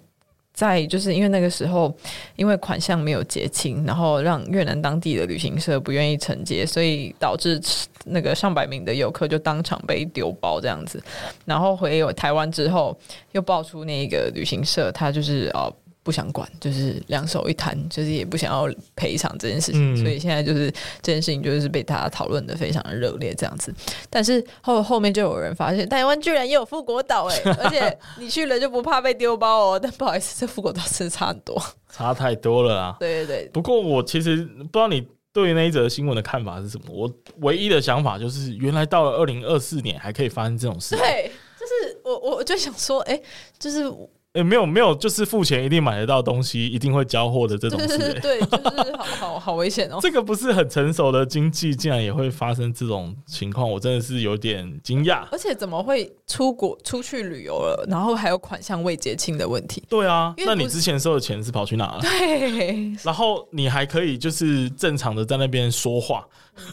[SPEAKER 2] 在就是因为那个时候因为款项没有结清，然后让越南当地的旅行社不愿意承接，所以导致那个上百名的游客就当场被丢包这样子，然后回台湾之后，又爆出那个旅行社，他就是呃不想管，就是两手一摊，就是也不想要赔偿这件事情，
[SPEAKER 1] 嗯
[SPEAKER 2] 所以现在就是这件事情就是被大家讨论的非常的热烈这样子。但是后后面就有人发现，台湾居然也有富国岛 哎、而且你去了就不怕被丢包哦。但不好意思，这富国岛真的差很 多。
[SPEAKER 1] 差太多了啊！
[SPEAKER 2] 对对
[SPEAKER 1] 不过我其实不知道你对于那一则新闻的看法是什么。我唯一的想法就是，原来到了二零二四年还可以发生这种事
[SPEAKER 2] 对，对，就是我我我就想说，哎、就是
[SPEAKER 1] 诶，没有没有，就是付钱一定买得到东西，一定会交货的这种
[SPEAKER 2] 对
[SPEAKER 1] 事、欸
[SPEAKER 2] 对
[SPEAKER 1] 诶
[SPEAKER 2] 对，就是好好好危险哦。
[SPEAKER 1] 这个不是很成熟的经济，竟然也会发生这种情况，我真的是有点惊讶。
[SPEAKER 2] 而且怎么会出国出去旅游了，然后还有款项未结清的问 题？
[SPEAKER 1] 对啊，
[SPEAKER 2] 因为
[SPEAKER 1] 那
[SPEAKER 2] 不
[SPEAKER 1] 你
[SPEAKER 2] 是
[SPEAKER 1] 之前收的钱是跑去哪了？
[SPEAKER 2] 对，
[SPEAKER 1] 然后你还可以就是正常的在那边说话，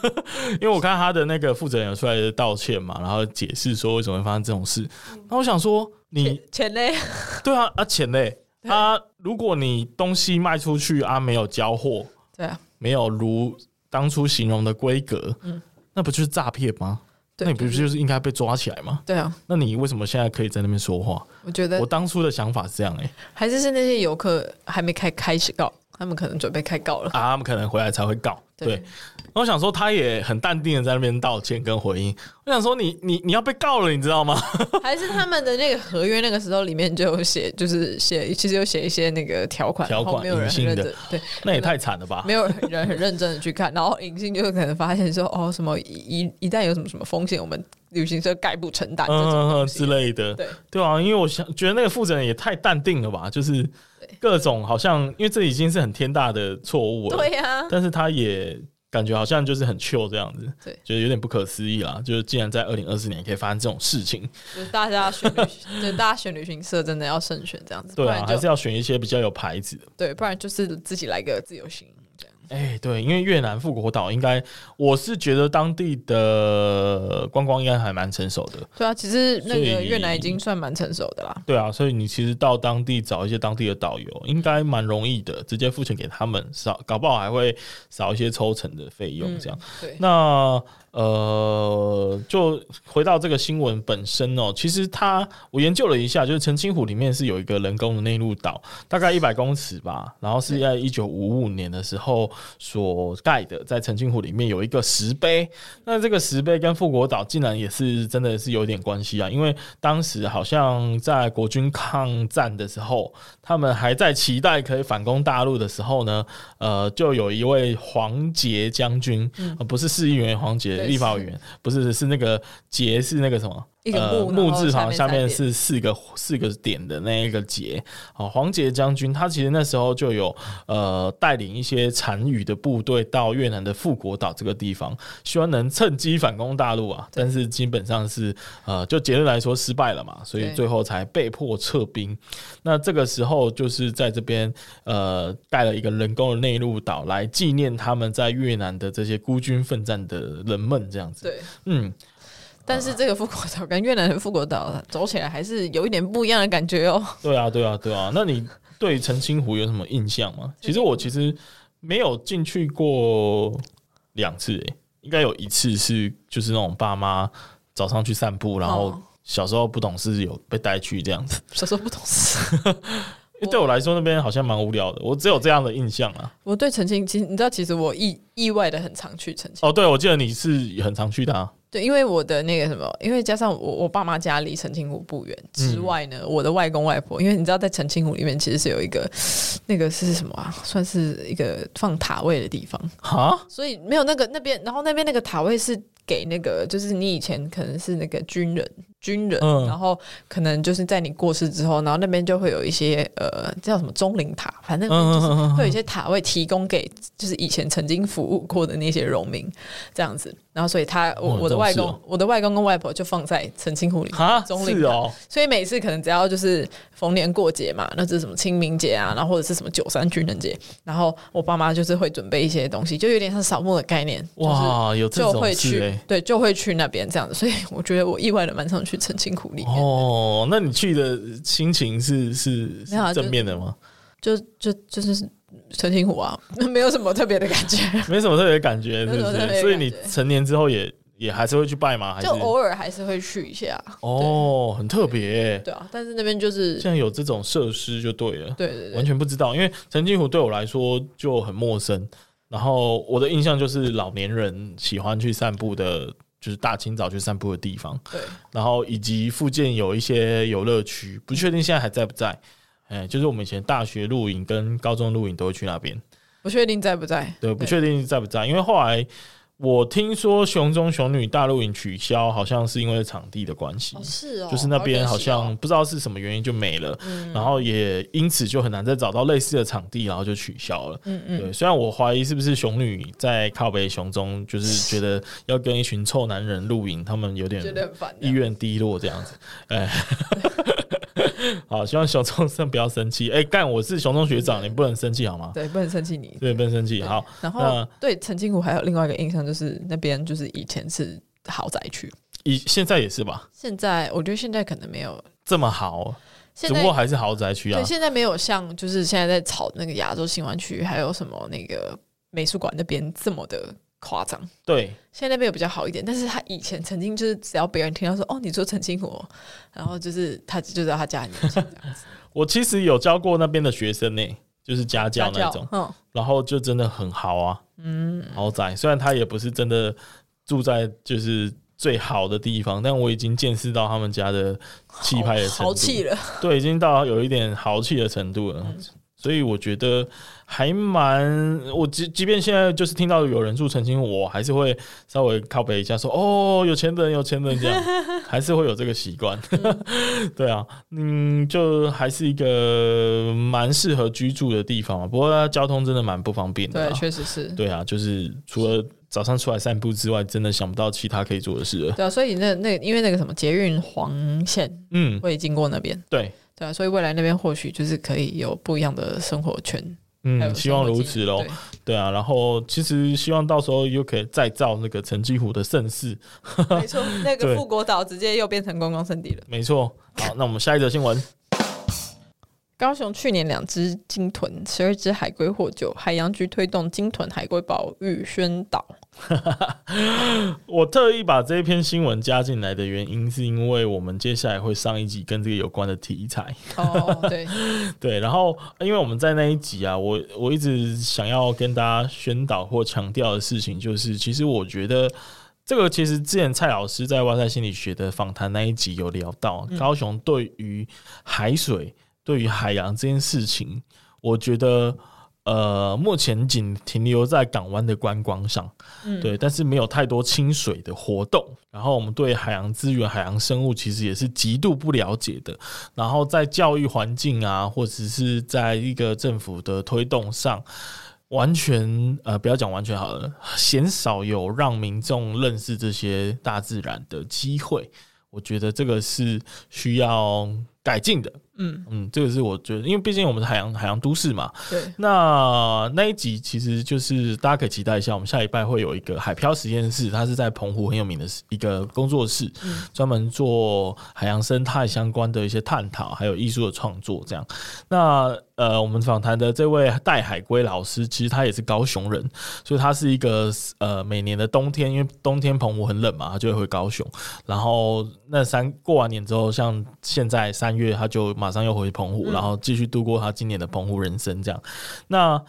[SPEAKER 1] 因为我看他的那个负责人有出来道歉嘛，然后解释说为什么会发生这种事。那我想说，你
[SPEAKER 2] 嗯钱嘞，
[SPEAKER 1] 对啊，啊钱嘞，啊如果你东西卖出去啊没有交货，
[SPEAKER 2] 对啊，
[SPEAKER 1] 没有如当初形容的规格，
[SPEAKER 2] 嗯
[SPEAKER 1] 那不就是诈骗吗？
[SPEAKER 2] 对
[SPEAKER 1] 那你不就是应该被抓起来吗？
[SPEAKER 2] 对啊，
[SPEAKER 1] 那你为什么现在可以在那边说话？
[SPEAKER 2] 我觉得
[SPEAKER 1] 我当初的想法是这样哎、
[SPEAKER 2] 还是是那些游客还没开开始告，他们可能准备开告了。
[SPEAKER 1] 啊，他们可能回来才会告。对，
[SPEAKER 2] 对
[SPEAKER 1] 那我想说，他也很淡定的在那边道歉跟回应。我想说你，你你要被告了，你知道吗？
[SPEAKER 2] 还是他们的那个合约那个时候里面就有写，就是写其实有写一些那个条款，
[SPEAKER 1] 条款
[SPEAKER 2] 然后没有人很认真，对，
[SPEAKER 1] 那也太惨了吧
[SPEAKER 2] 没！有人很认真的去看，然后银杏就可能发现说，哦，什么一一一旦有什么什么风险，我们旅行社概不承担这种
[SPEAKER 1] 嗯
[SPEAKER 2] 东西
[SPEAKER 1] 之类的，
[SPEAKER 2] 对
[SPEAKER 1] 对啊，因为我想觉得那个负责人也太淡定了吧，就是各种好像，因为这已经是很天大的错误了，
[SPEAKER 2] 对啊呀、
[SPEAKER 1] 但是他也感觉好像就是很 chill 这样子，
[SPEAKER 2] 对
[SPEAKER 1] 觉得有点不可思议啦。就是竟然在二零二四年可以发生这种事情，
[SPEAKER 2] 就是大家选旅 行，就是大家选旅行社真的要慎选这样子，不
[SPEAKER 1] 对
[SPEAKER 2] 然
[SPEAKER 1] 啊，还
[SPEAKER 2] 就是
[SPEAKER 1] 要选一些比较有牌子的。
[SPEAKER 2] 对，不然就是自己来个自由行这样。
[SPEAKER 1] 哎，对，因为越南富国岛应该，我是觉得当地的观光应该还蛮成熟的。
[SPEAKER 2] 对啊，其实那
[SPEAKER 1] 所
[SPEAKER 2] 个
[SPEAKER 1] 以
[SPEAKER 2] 越南已经算蛮成熟的啦。
[SPEAKER 1] 对啊，所以你其实到当地找一些当地的导游，应该蛮容易的，直接付钱给他们，少搞不好还会少一些抽成的费用这样。
[SPEAKER 2] 对，
[SPEAKER 1] 那呃，就回到这个新闻本身哦，其实它我研究了一下，就是澄清湖里面是有一个人工的内陆岛，大概一百公尺吧，然后是在一九五五年的时候所盖的，在澄清湖里面有一个石碑，那这个石碑跟富国岛竟然也是真的是有点关系啊，因为当时好像在国军抗战的时候，他们还在期待可以反攻大陆的时候呢，呃，就有一位黄杰将军、呃不是市议员黄杰，
[SPEAKER 2] 嗯对
[SPEAKER 1] 立法委员不是是那个杰是那个什么呃
[SPEAKER 2] 一个木然后
[SPEAKER 1] 木字旁
[SPEAKER 2] 下面三
[SPEAKER 1] 下面
[SPEAKER 2] 点
[SPEAKER 1] 是四个四个点的那一个杰，哦，黄杰将军他其实那时候就有呃带领一些残余的部队到越南的富国岛这个地方，希望能趁机反攻大陆啊。但是基本上是呃，就结论来说失败了嘛，所以
[SPEAKER 2] 对
[SPEAKER 1] 最后才被迫撤兵。那这个时候就是在这边呃盖了一个人工的内陆岛来纪念他们在越南的这些孤军奋战的人们，这样子。
[SPEAKER 2] 对，
[SPEAKER 1] 嗯，
[SPEAKER 2] 但是这个富国岛跟越南的富国岛走起来还是有一点不一样的感觉哦。
[SPEAKER 1] 对啊，对啊，对啊。那你对澄清湖有什么印象吗？其实我其实没有进去过两次、欸，应该有一次是就是那种爸妈早上去散步，然后
[SPEAKER 2] 哦
[SPEAKER 1] 小时候不懂事有被带去这样子。
[SPEAKER 2] 小时候不 懂事，
[SPEAKER 1] 因为对我来说那边好像蛮无聊的，我只有这样的印象啊。
[SPEAKER 2] 我对澄清，其实你知道，其实我意意外的很常去澄清。
[SPEAKER 1] 哦，对，我记得你是很常去的啊。
[SPEAKER 2] 对，因为我的那个什么，因为加上我我爸妈家离澄清湖不远之外呢，我的外公外婆，因为你知道在澄清湖里面其实是有一个那个是什么啊，算是一个放塔位的地方，
[SPEAKER 1] 哈，
[SPEAKER 2] 所以没有那个那边，然后那边那个塔位是给那个就是你以前可能是那个军人军人，
[SPEAKER 1] 嗯
[SPEAKER 2] 然后可能就是在你过世之后，然后那边就会有一些呃叫什么钟灵塔，反正就是
[SPEAKER 1] 嗯，
[SPEAKER 2] 会有一些塔位提供给就是以前曾经服务过的那些农民这样子，然后所以他我
[SPEAKER 1] 哦
[SPEAKER 2] 我的
[SPEAKER 1] 这种
[SPEAKER 2] 外
[SPEAKER 1] 事
[SPEAKER 2] 公、
[SPEAKER 1] 哦
[SPEAKER 2] 我的外公跟外婆就放在澄清湖里
[SPEAKER 1] 哈
[SPEAKER 2] 钟灵
[SPEAKER 1] 是
[SPEAKER 2] 塔
[SPEAKER 1] 哦，
[SPEAKER 2] 所以每次可能只要就是逢年过节嘛，那就是什么清明节啊，然后或者是什么九三军人节，然后我爸妈就是会准备一些东西，就有点像扫墓的概念，
[SPEAKER 1] 哇，有
[SPEAKER 2] 就是
[SPEAKER 1] 这
[SPEAKER 2] 就
[SPEAKER 1] 种
[SPEAKER 2] 会
[SPEAKER 1] 事
[SPEAKER 2] 去、
[SPEAKER 1] 哎、
[SPEAKER 2] 对，就会去那边这样子，所以我觉得我意外的蛮常去澄清湖里面，
[SPEAKER 1] 哦，那你去的心情是是
[SPEAKER 2] 没有啊
[SPEAKER 1] 是
[SPEAKER 2] 就
[SPEAKER 1] 正面的吗？
[SPEAKER 2] 就就就是澄清湖啊， 没有什么特别的感觉，
[SPEAKER 1] 没什么特别的感觉，
[SPEAKER 2] 没
[SPEAKER 1] 是
[SPEAKER 2] 什
[SPEAKER 1] 不
[SPEAKER 2] 么特别的感觉
[SPEAKER 1] 是？所以你成年之后也也还是会去拜吗？ 还是
[SPEAKER 2] 就偶尔还是会去一下，
[SPEAKER 1] 哦，很特别耶，
[SPEAKER 2] 对啊，但是那边就是
[SPEAKER 1] 竟然有这种设施就对了，
[SPEAKER 2] 对对对
[SPEAKER 1] 完全不知道，因为澄清湖对我来说就很陌生。然后我的印象就是老年人喜欢去散步的，就是大清早去散步的地方，
[SPEAKER 2] 对，
[SPEAKER 1] 然后以及附近有一些游乐区，不确定现在还在不在。哎，就是我们以前大学露营跟高中露营都会去那边。
[SPEAKER 2] 不确定在不在，
[SPEAKER 1] 对，不确定在不在，因为后来我听说熊中熊女大露营取消，好像是因为场地的关系，
[SPEAKER 2] 哦是哦，
[SPEAKER 1] 就是那边好
[SPEAKER 2] 可惜哦嗯
[SPEAKER 1] 像不知道是什么原因就没了，然后也因此就很难再找到类似的场地，然后就取消了。
[SPEAKER 2] 嗯嗯
[SPEAKER 1] 对，虽然我怀疑是不是熊女在靠北熊中，就是觉得要跟一群臭男人露营，他们有点
[SPEAKER 2] 觉得很烦的啊
[SPEAKER 1] 意愿低落这样子。哎， 好，希望熊中生不要生气。哎、干，我是熊中学长，你不能生气好吗？
[SPEAKER 2] 对，不能生气你。
[SPEAKER 1] 对，不能生气。好，
[SPEAKER 2] 然后
[SPEAKER 1] 那
[SPEAKER 2] 对澄清湖还有另外一个印象，就是那边就是以前是豪宅区，
[SPEAKER 1] 以现在也是吧，
[SPEAKER 2] 现在我觉得现在可能没有，
[SPEAKER 1] 这么好，只
[SPEAKER 2] 现
[SPEAKER 1] 不
[SPEAKER 2] 在
[SPEAKER 1] 过还是豪宅区啊
[SPEAKER 2] 对。现在没有像就是现在在炒那个亚洲新湾区，还有什么那个美术馆那边这么的夸张。
[SPEAKER 1] 对，
[SPEAKER 2] 现在那边有比较好一点，但是他以前曾经就是只要别人听到说哦，你住澄清湖哦，然后就是他就知道他家很年轻这样 子，
[SPEAKER 1] 我其实有教过那边的学生呢、就是家教那
[SPEAKER 2] 家
[SPEAKER 1] 种
[SPEAKER 2] 教，嗯，
[SPEAKER 1] 然后就真的很豪啊，嗯，豪宅。虽然他也不是真的住在就是最好的地方，但我已经见识到他们家的气派的程度，
[SPEAKER 2] 豪气了，
[SPEAKER 1] 对，已经到有一点豪气的程度
[SPEAKER 2] 嗯
[SPEAKER 1] 了。所以我觉得还蛮，我即即便现在就是听到有人住澄清湖，我还是会稍微靠北一下说，哦，有钱人，有钱人这 样，还是会有这个习惯。 对啊，嗯，就还是一个蛮适合居住的地方啊嘛。不过它交通真的蛮不方便的
[SPEAKER 2] 对，
[SPEAKER 1] 啦、
[SPEAKER 2] 确实是，
[SPEAKER 1] 对啊，就是除了早上出来散步之外，真的想不到其他可以做的事了。
[SPEAKER 2] 对啊，所以那那因为那个什么捷运黄线
[SPEAKER 1] 嗯，
[SPEAKER 2] 会经过那边，
[SPEAKER 1] 对，
[SPEAKER 2] 对啊，所以未来那边或许就是可以有不一样的生活圈，还有
[SPEAKER 1] 嗯，希望如此喽
[SPEAKER 2] 对。
[SPEAKER 1] 对啊，然后其实希望到时候又可以再造那个陈继虎的盛世。
[SPEAKER 2] 没错，那
[SPEAKER 1] 对
[SPEAKER 2] 个富国岛直接又变成观光圣地了。
[SPEAKER 1] 没错，好，那我们下一则新闻。
[SPEAKER 2] 高雄去年两只鲸豚、十二只海龟获救，海洋局推动鲸豚海龟保育宣导。
[SPEAKER 1] 我特意把这一篇新闻加进来的原因，是因为我们接下来会上一集跟这个有关的题材。
[SPEAKER 2] 哦，对，
[SPEAKER 1] 对，然后因为我们在那一集啊，我我一直想要跟大家宣导或强调的事情，就是其实我觉得。这个其实之前蔡老师在哇塞心理学的访谈那一集有聊到，高雄对于海水、对于海洋这件事情，我觉得呃目前仅停留在港湾的观光上，
[SPEAKER 2] 嗯
[SPEAKER 1] 对，但是没有太多清水的活动。然后我们对海洋资源、海洋生物其实也是极度不了解的。然后在教育环境啊，或者是在一个政府的推动上，完全呃，不要讲完全好了，鲜少有让民众认识这些大自然的机会。我觉得这个是需要改进的。
[SPEAKER 2] 嗯，
[SPEAKER 1] 嗯，这个是我觉得，因为毕竟我们是海洋海洋都市嘛，
[SPEAKER 2] 对，
[SPEAKER 1] 那那一集其实就是大家可以期待一下，我们下礼拜会有一个海漂实验室，它是在澎湖很有名的一个工作室，专门做海洋生态相关的一些探讨，还有艺术的创作这样。那呃，我们访谈的这位戴海龟老师，其实他也是高雄人，所以他是一个呃每年的冬天，因为冬天澎湖很冷嘛，他就会回高雄。然后那三过完年之后，像现在三月，他就马上又回澎湖，然后继续度过他今年的澎湖人生这样。那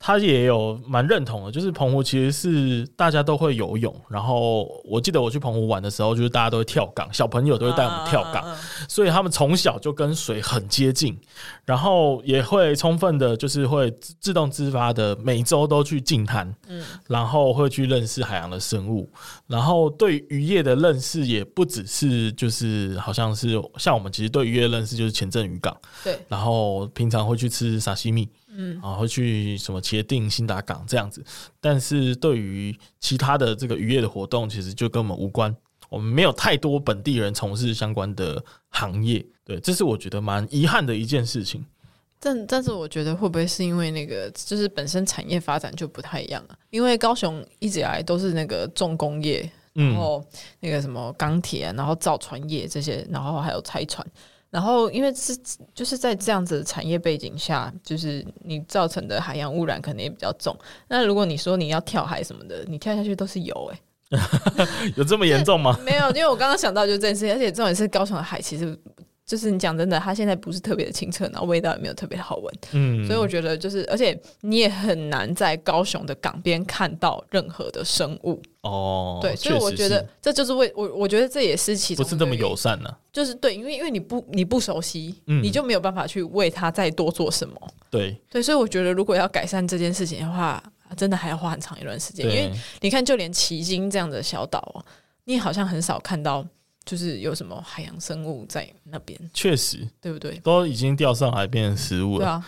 [SPEAKER 1] 他也有蛮认同的，就是澎湖其实是大家都会游泳，然后我记得我去澎湖玩的时候，就是大家都会跳港，小朋友都会带我们跳港，
[SPEAKER 2] 啊，啊
[SPEAKER 1] 所以他们从小就跟水很接近，然后也会充分的，就是会自自动自发的每周都去近滩，
[SPEAKER 2] 嗯
[SPEAKER 1] 然后会去认识海洋的生物，然后对渔业的认识也不只是就是好像是像我们其实对渔业的认识就是前镇渔港，
[SPEAKER 2] 对，
[SPEAKER 1] 然后平常会去吃沙西米，
[SPEAKER 2] 嗯，
[SPEAKER 1] 然后会去什么茄定、新达港这样子，但是对于其他的这个渔业的活动，其实就跟我们无关。我们没有太多本地人从事相关的行业，对，这是我觉得蛮遗憾的一件事情。
[SPEAKER 2] 但但是我觉得会不会是因为那个就是本身产业发展就不太一样啊？因为高雄一直以来都是那个重工业，然
[SPEAKER 1] 嗯，
[SPEAKER 2] 后那个什么钢铁啊、然后造船业这些，然后还有拆船。然后，因为是就是在这样子的产业背景下，就是你造成的海洋污染可能也比较重。那如果你说你要跳海什么的，你跳下去都是油 哎、
[SPEAKER 1] 有这么严重吗？
[SPEAKER 2] 没有，因为我刚刚想到就是这件事情，而且重点是高雄的海其实就是你讲真的，它现在不是特别的清澈，然后味道也没有特别好闻，
[SPEAKER 1] 嗯，
[SPEAKER 2] 所以我觉得就是，而且你也很难在高雄的港边看到任何的生物，
[SPEAKER 1] 哦，
[SPEAKER 2] 对，所以
[SPEAKER 1] 确实
[SPEAKER 2] 我觉
[SPEAKER 1] 是
[SPEAKER 2] 得这就是为我我觉得这也是其中
[SPEAKER 1] 不是这么
[SPEAKER 2] 一个原因
[SPEAKER 1] 友善啊呢、
[SPEAKER 2] 就是对，因为因为你不你不熟悉，
[SPEAKER 1] 嗯
[SPEAKER 2] 你就没有办法去为他再多做什么。
[SPEAKER 1] 对
[SPEAKER 2] 对，所以我觉得如果要改善这件事情的话，真的还要花很长一段时间。因为
[SPEAKER 1] 对，
[SPEAKER 2] 你看，就连奇经这样的小岛哦，你好像很少看到就是有什么海洋生物在那边，
[SPEAKER 1] 确实
[SPEAKER 2] 对不对？
[SPEAKER 1] 都已经钓上来变成食物
[SPEAKER 2] 对
[SPEAKER 1] 了。
[SPEAKER 2] 啊，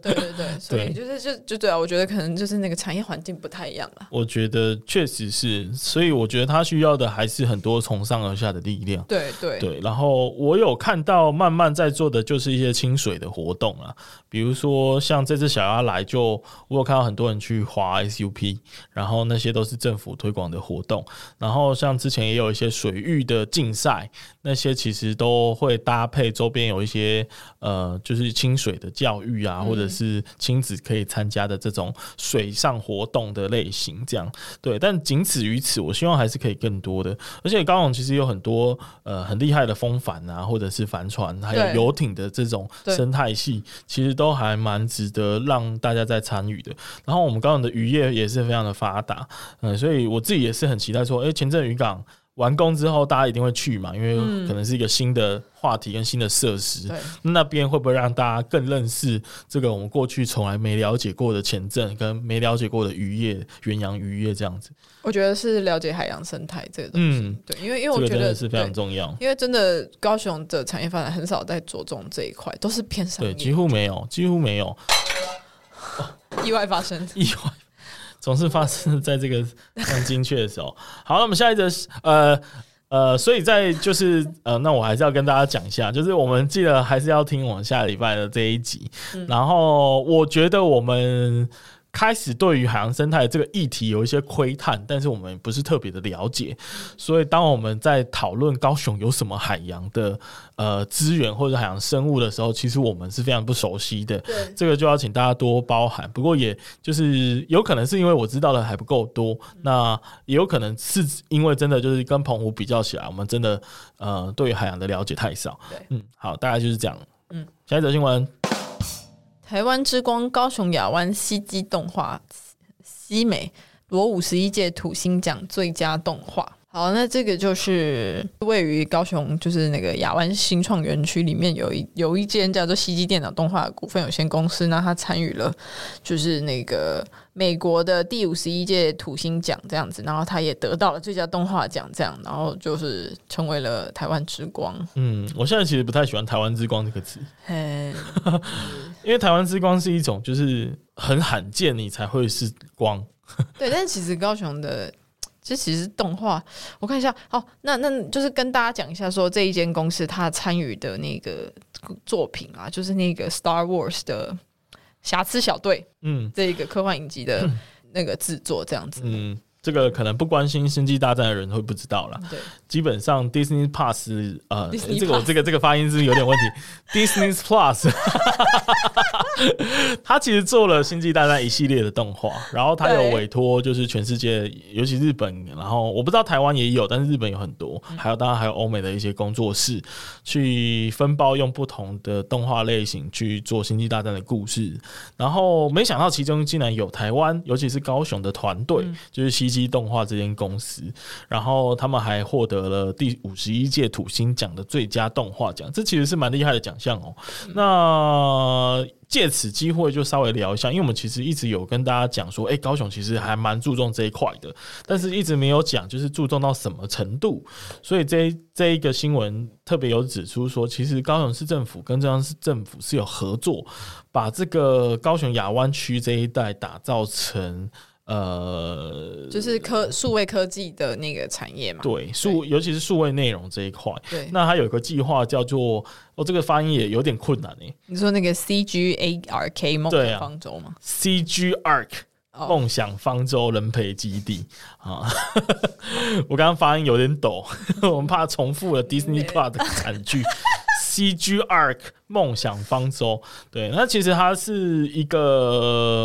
[SPEAKER 2] 对对对，所以就是就就对啊，我觉得可能就是那个产业环境不太一样吧。
[SPEAKER 1] 我觉得确实是，所以我觉得他需要的还是很多从上而下的力量。
[SPEAKER 2] 对对
[SPEAKER 1] 对，然后我有看到慢慢在做的就是一些清水的活动啊，比如说像这次小鸭来就，我有看到很多人去划 SUP，然后那些都是政府推广的活动，然后像之前也有一些水域的竞赛，那些其实都会搭配周边有一些呃，就是清水的教育啊，或者是亲子可以参加的这种水上活动的类型，这样对，但仅此于此，我希望还是可以更多的，而且高雄其实有很多呃很厉害的风帆啊，或者是帆船，还有
[SPEAKER 2] 对
[SPEAKER 1] 游艇的这种
[SPEAKER 2] 对
[SPEAKER 1] 生态系，其实都还蛮值得让大家在参与的。然后我们高雄的渔业也是非常的发达，嗯、所以我自己也是很期待说，哎、前阵渔港。完工之后，大家一定会去嘛，因为
[SPEAKER 2] 嗯
[SPEAKER 1] 可能是一个新的话题跟新的设施。
[SPEAKER 2] 对
[SPEAKER 1] 那边会不会让大家更认识这个我们过去从来没了解过的前阵跟没了解过的渔业、远洋渔业这样子？
[SPEAKER 2] 我觉得是了解海洋生态这个东西。
[SPEAKER 1] 嗯，
[SPEAKER 2] 对，因为因为
[SPEAKER 1] 这
[SPEAKER 2] 我
[SPEAKER 1] 个
[SPEAKER 2] 觉
[SPEAKER 1] 真
[SPEAKER 2] 得
[SPEAKER 1] 的是非
[SPEAKER 2] 对
[SPEAKER 1] 常重要。
[SPEAKER 2] 因为真的高雄的产业发展很少在着重这一块，都是偏商
[SPEAKER 1] 对，
[SPEAKER 2] 业，
[SPEAKER 1] 几乎没有，几乎没有
[SPEAKER 2] 意外发生。
[SPEAKER 1] 意外，总是发生在这个很精确的时候。好，那我们下一则是呃。呃，所以在就是呃，那我还是要跟大家讲一下，就是我们记得还是要听我们下礼拜的这一集。然后我觉得我们开始对于海洋生态这个议题有一些窥探，但是我们不是特别的了解。所以当我们在讨论高雄有什么海洋的呃资源或者海洋生物的时候，其实我们是非常不熟悉的。这个就要请大家多包涵。不过也就是有可能是因为我知道的还不够多，那也有可能是因为真的就是跟澎湖比较起来，我们真的呃对于海洋的了解太少。
[SPEAKER 2] 对
[SPEAKER 1] 嗯，好，大概就是这样。嗯
[SPEAKER 2] 嗯，
[SPEAKER 1] 下一则新闻，
[SPEAKER 2] 台湾之光高雄亚湾西基动画西美夺五十一届土星奖最佳动画。好，那这个就是位于高雄，就是那个亚湾新创园区里面有一有一间叫做西基电脑动画股份有限公司，那它参与了就是那个美国的第五十一届土星奖这样子，然后它也得到了最佳动画奖这样，然后就是成为了台湾之光。
[SPEAKER 1] 嗯，我现在其实不太喜欢“台湾之光”这个词，
[SPEAKER 2] 嘿，
[SPEAKER 1] 因为“台湾之光”是一种就是很罕见你才会是光。
[SPEAKER 2] 对，但是其实高雄的，这其实动画，我看一下，好，那那就是跟大家讲一下说这一间公司它参与的那个作品啊，就是那个 Star Wars 的瑕疵小队
[SPEAKER 1] 嗯
[SPEAKER 2] 这一个科幻影集的那个制作，这样子，
[SPEAKER 1] 嗯，这个可能不关心《星际大战》的人会不知道啦。
[SPEAKER 2] 对，
[SPEAKER 1] 基本上 Disney Plus 呃，
[SPEAKER 2] Disney
[SPEAKER 1] 这个我
[SPEAKER 2] Plus
[SPEAKER 1] 这个这个发音是不是有点问题。Disney Plus，他 其实做了《星际大战》一系列的动画，然后他有
[SPEAKER 2] 对
[SPEAKER 1] 委托就是全世界，尤其日本，然后我不知道台湾也有，但是日本有很多，还有当然还有欧美的一些工作室去分包用不同的动画类型去做《星际大战》的故事。然后没想到其中竟然有台湾，尤其是高雄的团队，就是西基动画这间公司。然后他们还获得了第五十一届土星奖的最佳动画奖，这其实是蛮厉害的奖项哦。
[SPEAKER 2] 嗯
[SPEAKER 1] 那借此机会就稍微聊一下，因为我们其实一直有跟大家讲说，哎，高雄其实还蛮注重这一块的，但是一直没有讲就是注重到什么程度。所以这一这一个新闻特别有指出说，其实高雄市政府跟中央市政府是有合作，把这个高雄亚湾区这一带打造成。呃，
[SPEAKER 2] 就是科数位科技的那个产业嘛，
[SPEAKER 1] 对数，尤其是数位内容这一块。
[SPEAKER 2] 对，
[SPEAKER 1] 那它有一个计划叫做，哦，这个发音也有点困难欸诶、
[SPEAKER 2] 你说那个 C G A R K 梦
[SPEAKER 1] 对
[SPEAKER 2] 的
[SPEAKER 1] 啊
[SPEAKER 2] 方舟吗？
[SPEAKER 1] c g Arc
[SPEAKER 2] 哦
[SPEAKER 1] 梦想方舟人培基地啊， 我刚刚发音有点抖， 我们怕重复了 Disney Plus 的惨剧。CG Arc 梦想方舟，对，那其实它是一个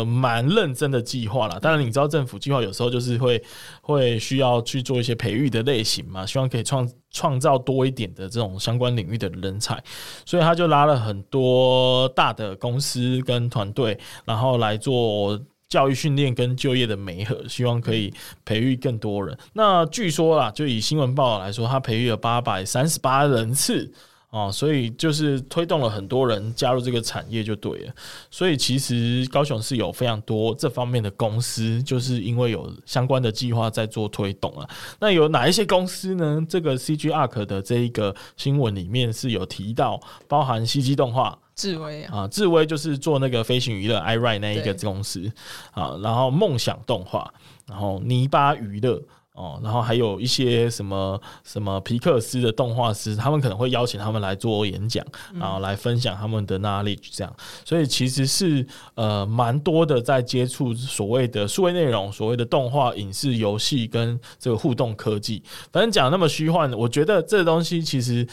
[SPEAKER 1] 呃蛮认真的计划啦。当然，你知道政府计划有时候就是会会需要去做一些培育的类型嘛，希望可以创创造多一点的这种相关领域的人才，所以他就拉了很多大的公司跟团队，然后来做教育训练跟就业的媒合，希望可以培育更多人。那据说啦，就以新闻报道来说，他培育了八百三十八人次。哦，所以就是推动了很多人加入这个产业就对了。所以其实高雄是有非常多这方面的公司，就是因为有相关的计划在做推动啊。那有哪一些公司呢？这个 CG Arc 的这一个新闻里面是有提到，包含 CG 动画、
[SPEAKER 2] 智威啊，
[SPEAKER 1] 啊，智威就是做那个飞行娱乐 iRide 那一个
[SPEAKER 2] 对
[SPEAKER 1] 公司啊，然后梦想动画，然后泥巴娱乐。哦，然后还有一些什么什么皮克斯的动画师，他们可能会邀请他们来做演讲，然后来分享他们的 knowledge，这样，所以其实是呃蛮多的在接触所谓的数位内容、所谓的动画、影视、游戏跟这个互动科技。反正讲那么虚幻，我觉得这东西其实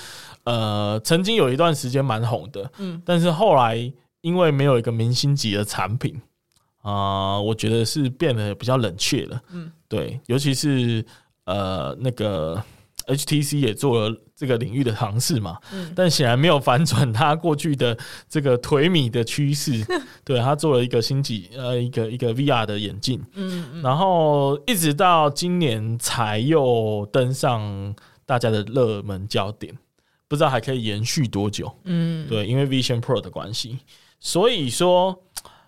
[SPEAKER 1] 呃曾经有一段时间蛮红的，但是后来因为没有一个明星级的产品啊、我觉得是变得比较冷却了。嗯，对，尤其是呃那个 HTC 也做了这个领域的尝试嘛，但显然没有反转它过去的这个颓靡的趋势。对，它做了一个新级呃一个一个 VR 的眼镜，
[SPEAKER 2] 嗯嗯，
[SPEAKER 1] 然后一直到今年才又登上大家的热门焦点，不知道还可以延续多久。
[SPEAKER 2] 嗯，
[SPEAKER 1] 对，因为 Vision Pro 的关系，所以说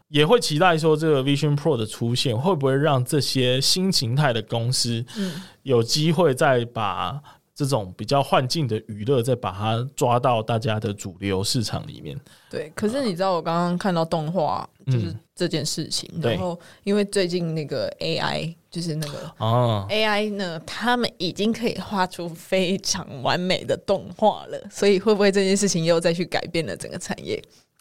[SPEAKER 1] 也会期待说这个 Vision Pro 的出现会不会让这些新形态的公司
[SPEAKER 2] 嗯
[SPEAKER 1] 有机会再把这种比较幻境的娱乐，再把它抓到大家的主流市场里面。
[SPEAKER 2] 对，可是你知道我刚刚看到动画就是
[SPEAKER 1] 嗯
[SPEAKER 2] 这件事情，
[SPEAKER 1] 对
[SPEAKER 2] 然后因为最近那个 AI 就是那个
[SPEAKER 1] 啊，
[SPEAKER 2] AI 呢，他们已经可以画出非常完美的动画了，所以会不会这件事情又再去改变了整个产业？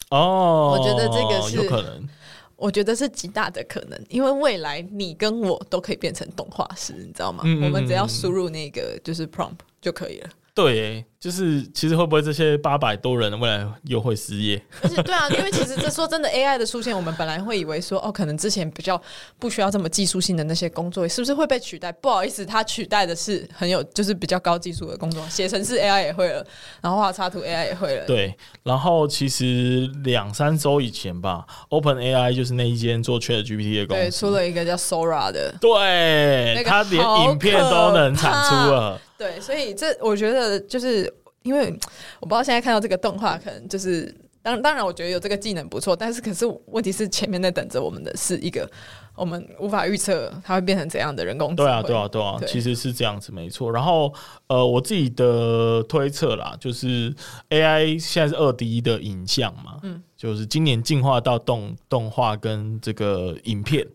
[SPEAKER 1] 哦，
[SPEAKER 2] 我觉得这个是
[SPEAKER 1] 有可能。
[SPEAKER 2] 我觉得是极大的可能，因为未来你跟我都可以变成动画师，你知道吗？
[SPEAKER 1] 嗯嗯嗯
[SPEAKER 2] 我们只要输入那个就是 prompt 就可以了。
[SPEAKER 1] 对耶，就是其实会不会这些八百多人未来又会失业？
[SPEAKER 2] 而且对啊，因为其实这说真的，AI 的出现，我们本来会以为说，哦，可能之前比较不需要这么技术性的那些工作，是不是会被取代？不好意思，它取代的是很有就是比较高技术的工作，写程式 AI 也会了，然后画插图 AI 也会了，
[SPEAKER 1] 对，然后其实两三周以前吧，Open AI 就是那一间做 Chat GPT
[SPEAKER 2] 对，
[SPEAKER 1] 的公司，
[SPEAKER 2] 出了一个叫 Sora 的，
[SPEAKER 1] 对，
[SPEAKER 2] 那个
[SPEAKER 1] 它连
[SPEAKER 2] 好
[SPEAKER 1] 影片都能产出了，
[SPEAKER 2] 对，所以这我觉得就是因为我不知道现在看到这个动画，可能就是当当然，我觉得有这个技能不错，但是可是问题是前面在等着我们的是一个我们无法预测它会变成怎样的人工智
[SPEAKER 1] 对
[SPEAKER 2] 慧。
[SPEAKER 1] 啊，对啊，对啊，
[SPEAKER 2] 对
[SPEAKER 1] 其实是这样子，没错。然后呃，我自己的推测啦，就是 AI 现在是二 D 的影像嘛，嗯，就是今年进化到动动画跟这个 影片，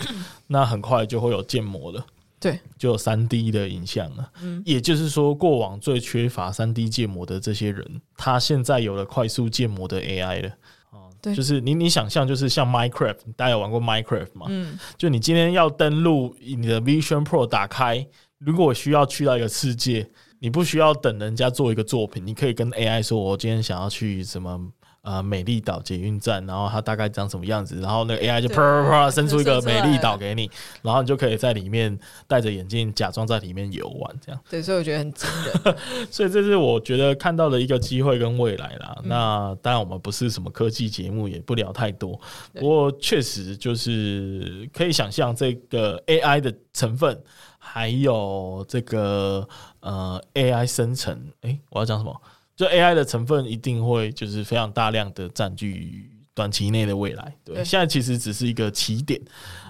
[SPEAKER 1] 那很快就会有建模了。
[SPEAKER 2] 对
[SPEAKER 1] 就有三 D 的影像了，
[SPEAKER 2] 嗯
[SPEAKER 1] 也就是说，过往最缺乏三 D 建模的这些人，他现在有了快速建模的 AI 了。哦
[SPEAKER 2] 对
[SPEAKER 1] 就是你你想象，就是像 Minecraft，大家有玩过 Minecraft 吗？
[SPEAKER 2] 嗯，
[SPEAKER 1] 就你今天要登录你的 Vision Pro 打开，如果需要去到一个世界，你不需要等人家做一个作品，你可以跟 AI 说，我今天想要去什么。呃，美丽岛捷运站，然后它大概长什么样子，然后那个 AI 就
[SPEAKER 2] 对
[SPEAKER 1] 啪啪啪生出一
[SPEAKER 2] 生
[SPEAKER 1] 个
[SPEAKER 2] 出来
[SPEAKER 1] 美丽岛给你，然后你就可以在里面戴着眼镜假装在里面游玩，这样。
[SPEAKER 2] 对，所以我觉得很惊人。
[SPEAKER 1] 所以这是我觉得看到的一个机会跟未来啦。那当然，我们不是什么科技节目，也不聊太多。
[SPEAKER 2] 对
[SPEAKER 1] 不过确实就是可以想象这个 AI 的成分，还有这个呃 AI 生成。诶，我要讲什么？就 AI 的成分一定会就是非常大量的占据短期内的未来。对，
[SPEAKER 2] 对
[SPEAKER 1] 现在其实只是一个起点。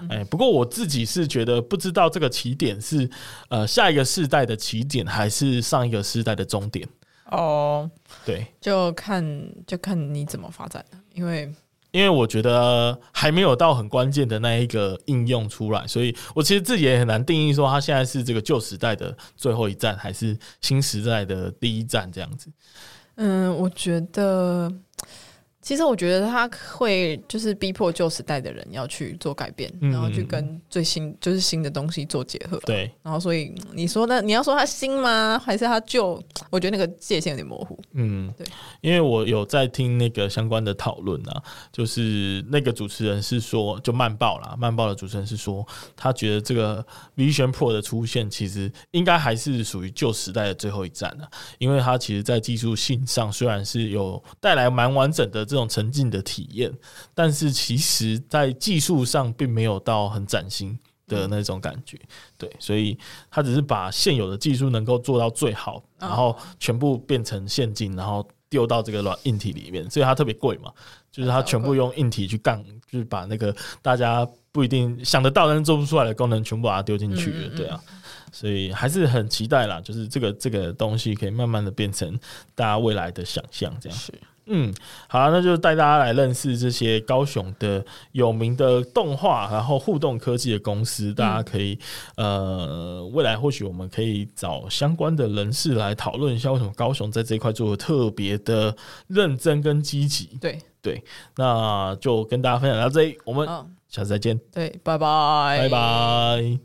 [SPEAKER 1] 哎、不过我自己是觉得不知道这个起点是呃下一个世代的起点，还是上一个世代的终点。
[SPEAKER 2] 哦，
[SPEAKER 1] 对，
[SPEAKER 2] 就看就看你怎么发展了，因为
[SPEAKER 1] 因为我觉得还没有到很关键的那一个应用出来，所以我其实自己也很难定义说它现在是这个旧时代的最后一站，还是新时代的第一站这样子。
[SPEAKER 2] 嗯，我觉得。其实我觉得他会就是逼迫旧时代的人要去做改变，
[SPEAKER 1] 嗯
[SPEAKER 2] 然后去跟最新就是新的东西做结合。
[SPEAKER 1] 对，
[SPEAKER 2] 然后所以嗯你说的，你要说它新吗？还是它旧？我觉得那个界限有点模糊。
[SPEAKER 1] 嗯，
[SPEAKER 2] 对，
[SPEAKER 1] 因为我有在听那个相关的讨论啊，就是那个主持人是说，就慢报啦，慢报的主持人是说，他觉得这个 Vision Pro 的出现其实应该还是属于旧时代的最后一站啊，因为它其实在技术性上虽然是有带来蛮完整的这种沉浸的体验，但是其实在技术上并没有到很崭新。的那种感觉，对，所以他只是把现有的技术能够做到最好，然后全部变成现金，然后丢到这个软硬体里面，所以它特别贵嘛，就是它全部用硬体去干，就是把那个大家不一定想得到但是做不出来的功能全部把它丢进去了，对啊，所以还是很期待啦，就是这个这个东西可以慢慢的变成大家未来的想象，这样
[SPEAKER 2] 是
[SPEAKER 1] 嗯，好啊那就带大家来认识这些高雄的有名的动画，然后互动科技的公司，大家可以、呃，未来或许我们可以找相关的人士来讨论一下，为什么高雄在这一块做的特别的认真跟积极。
[SPEAKER 2] 对，
[SPEAKER 1] 那就跟大家分享到这里，我们
[SPEAKER 2] 嗯，
[SPEAKER 1] 下次再见，
[SPEAKER 2] 对，拜拜，
[SPEAKER 1] 拜拜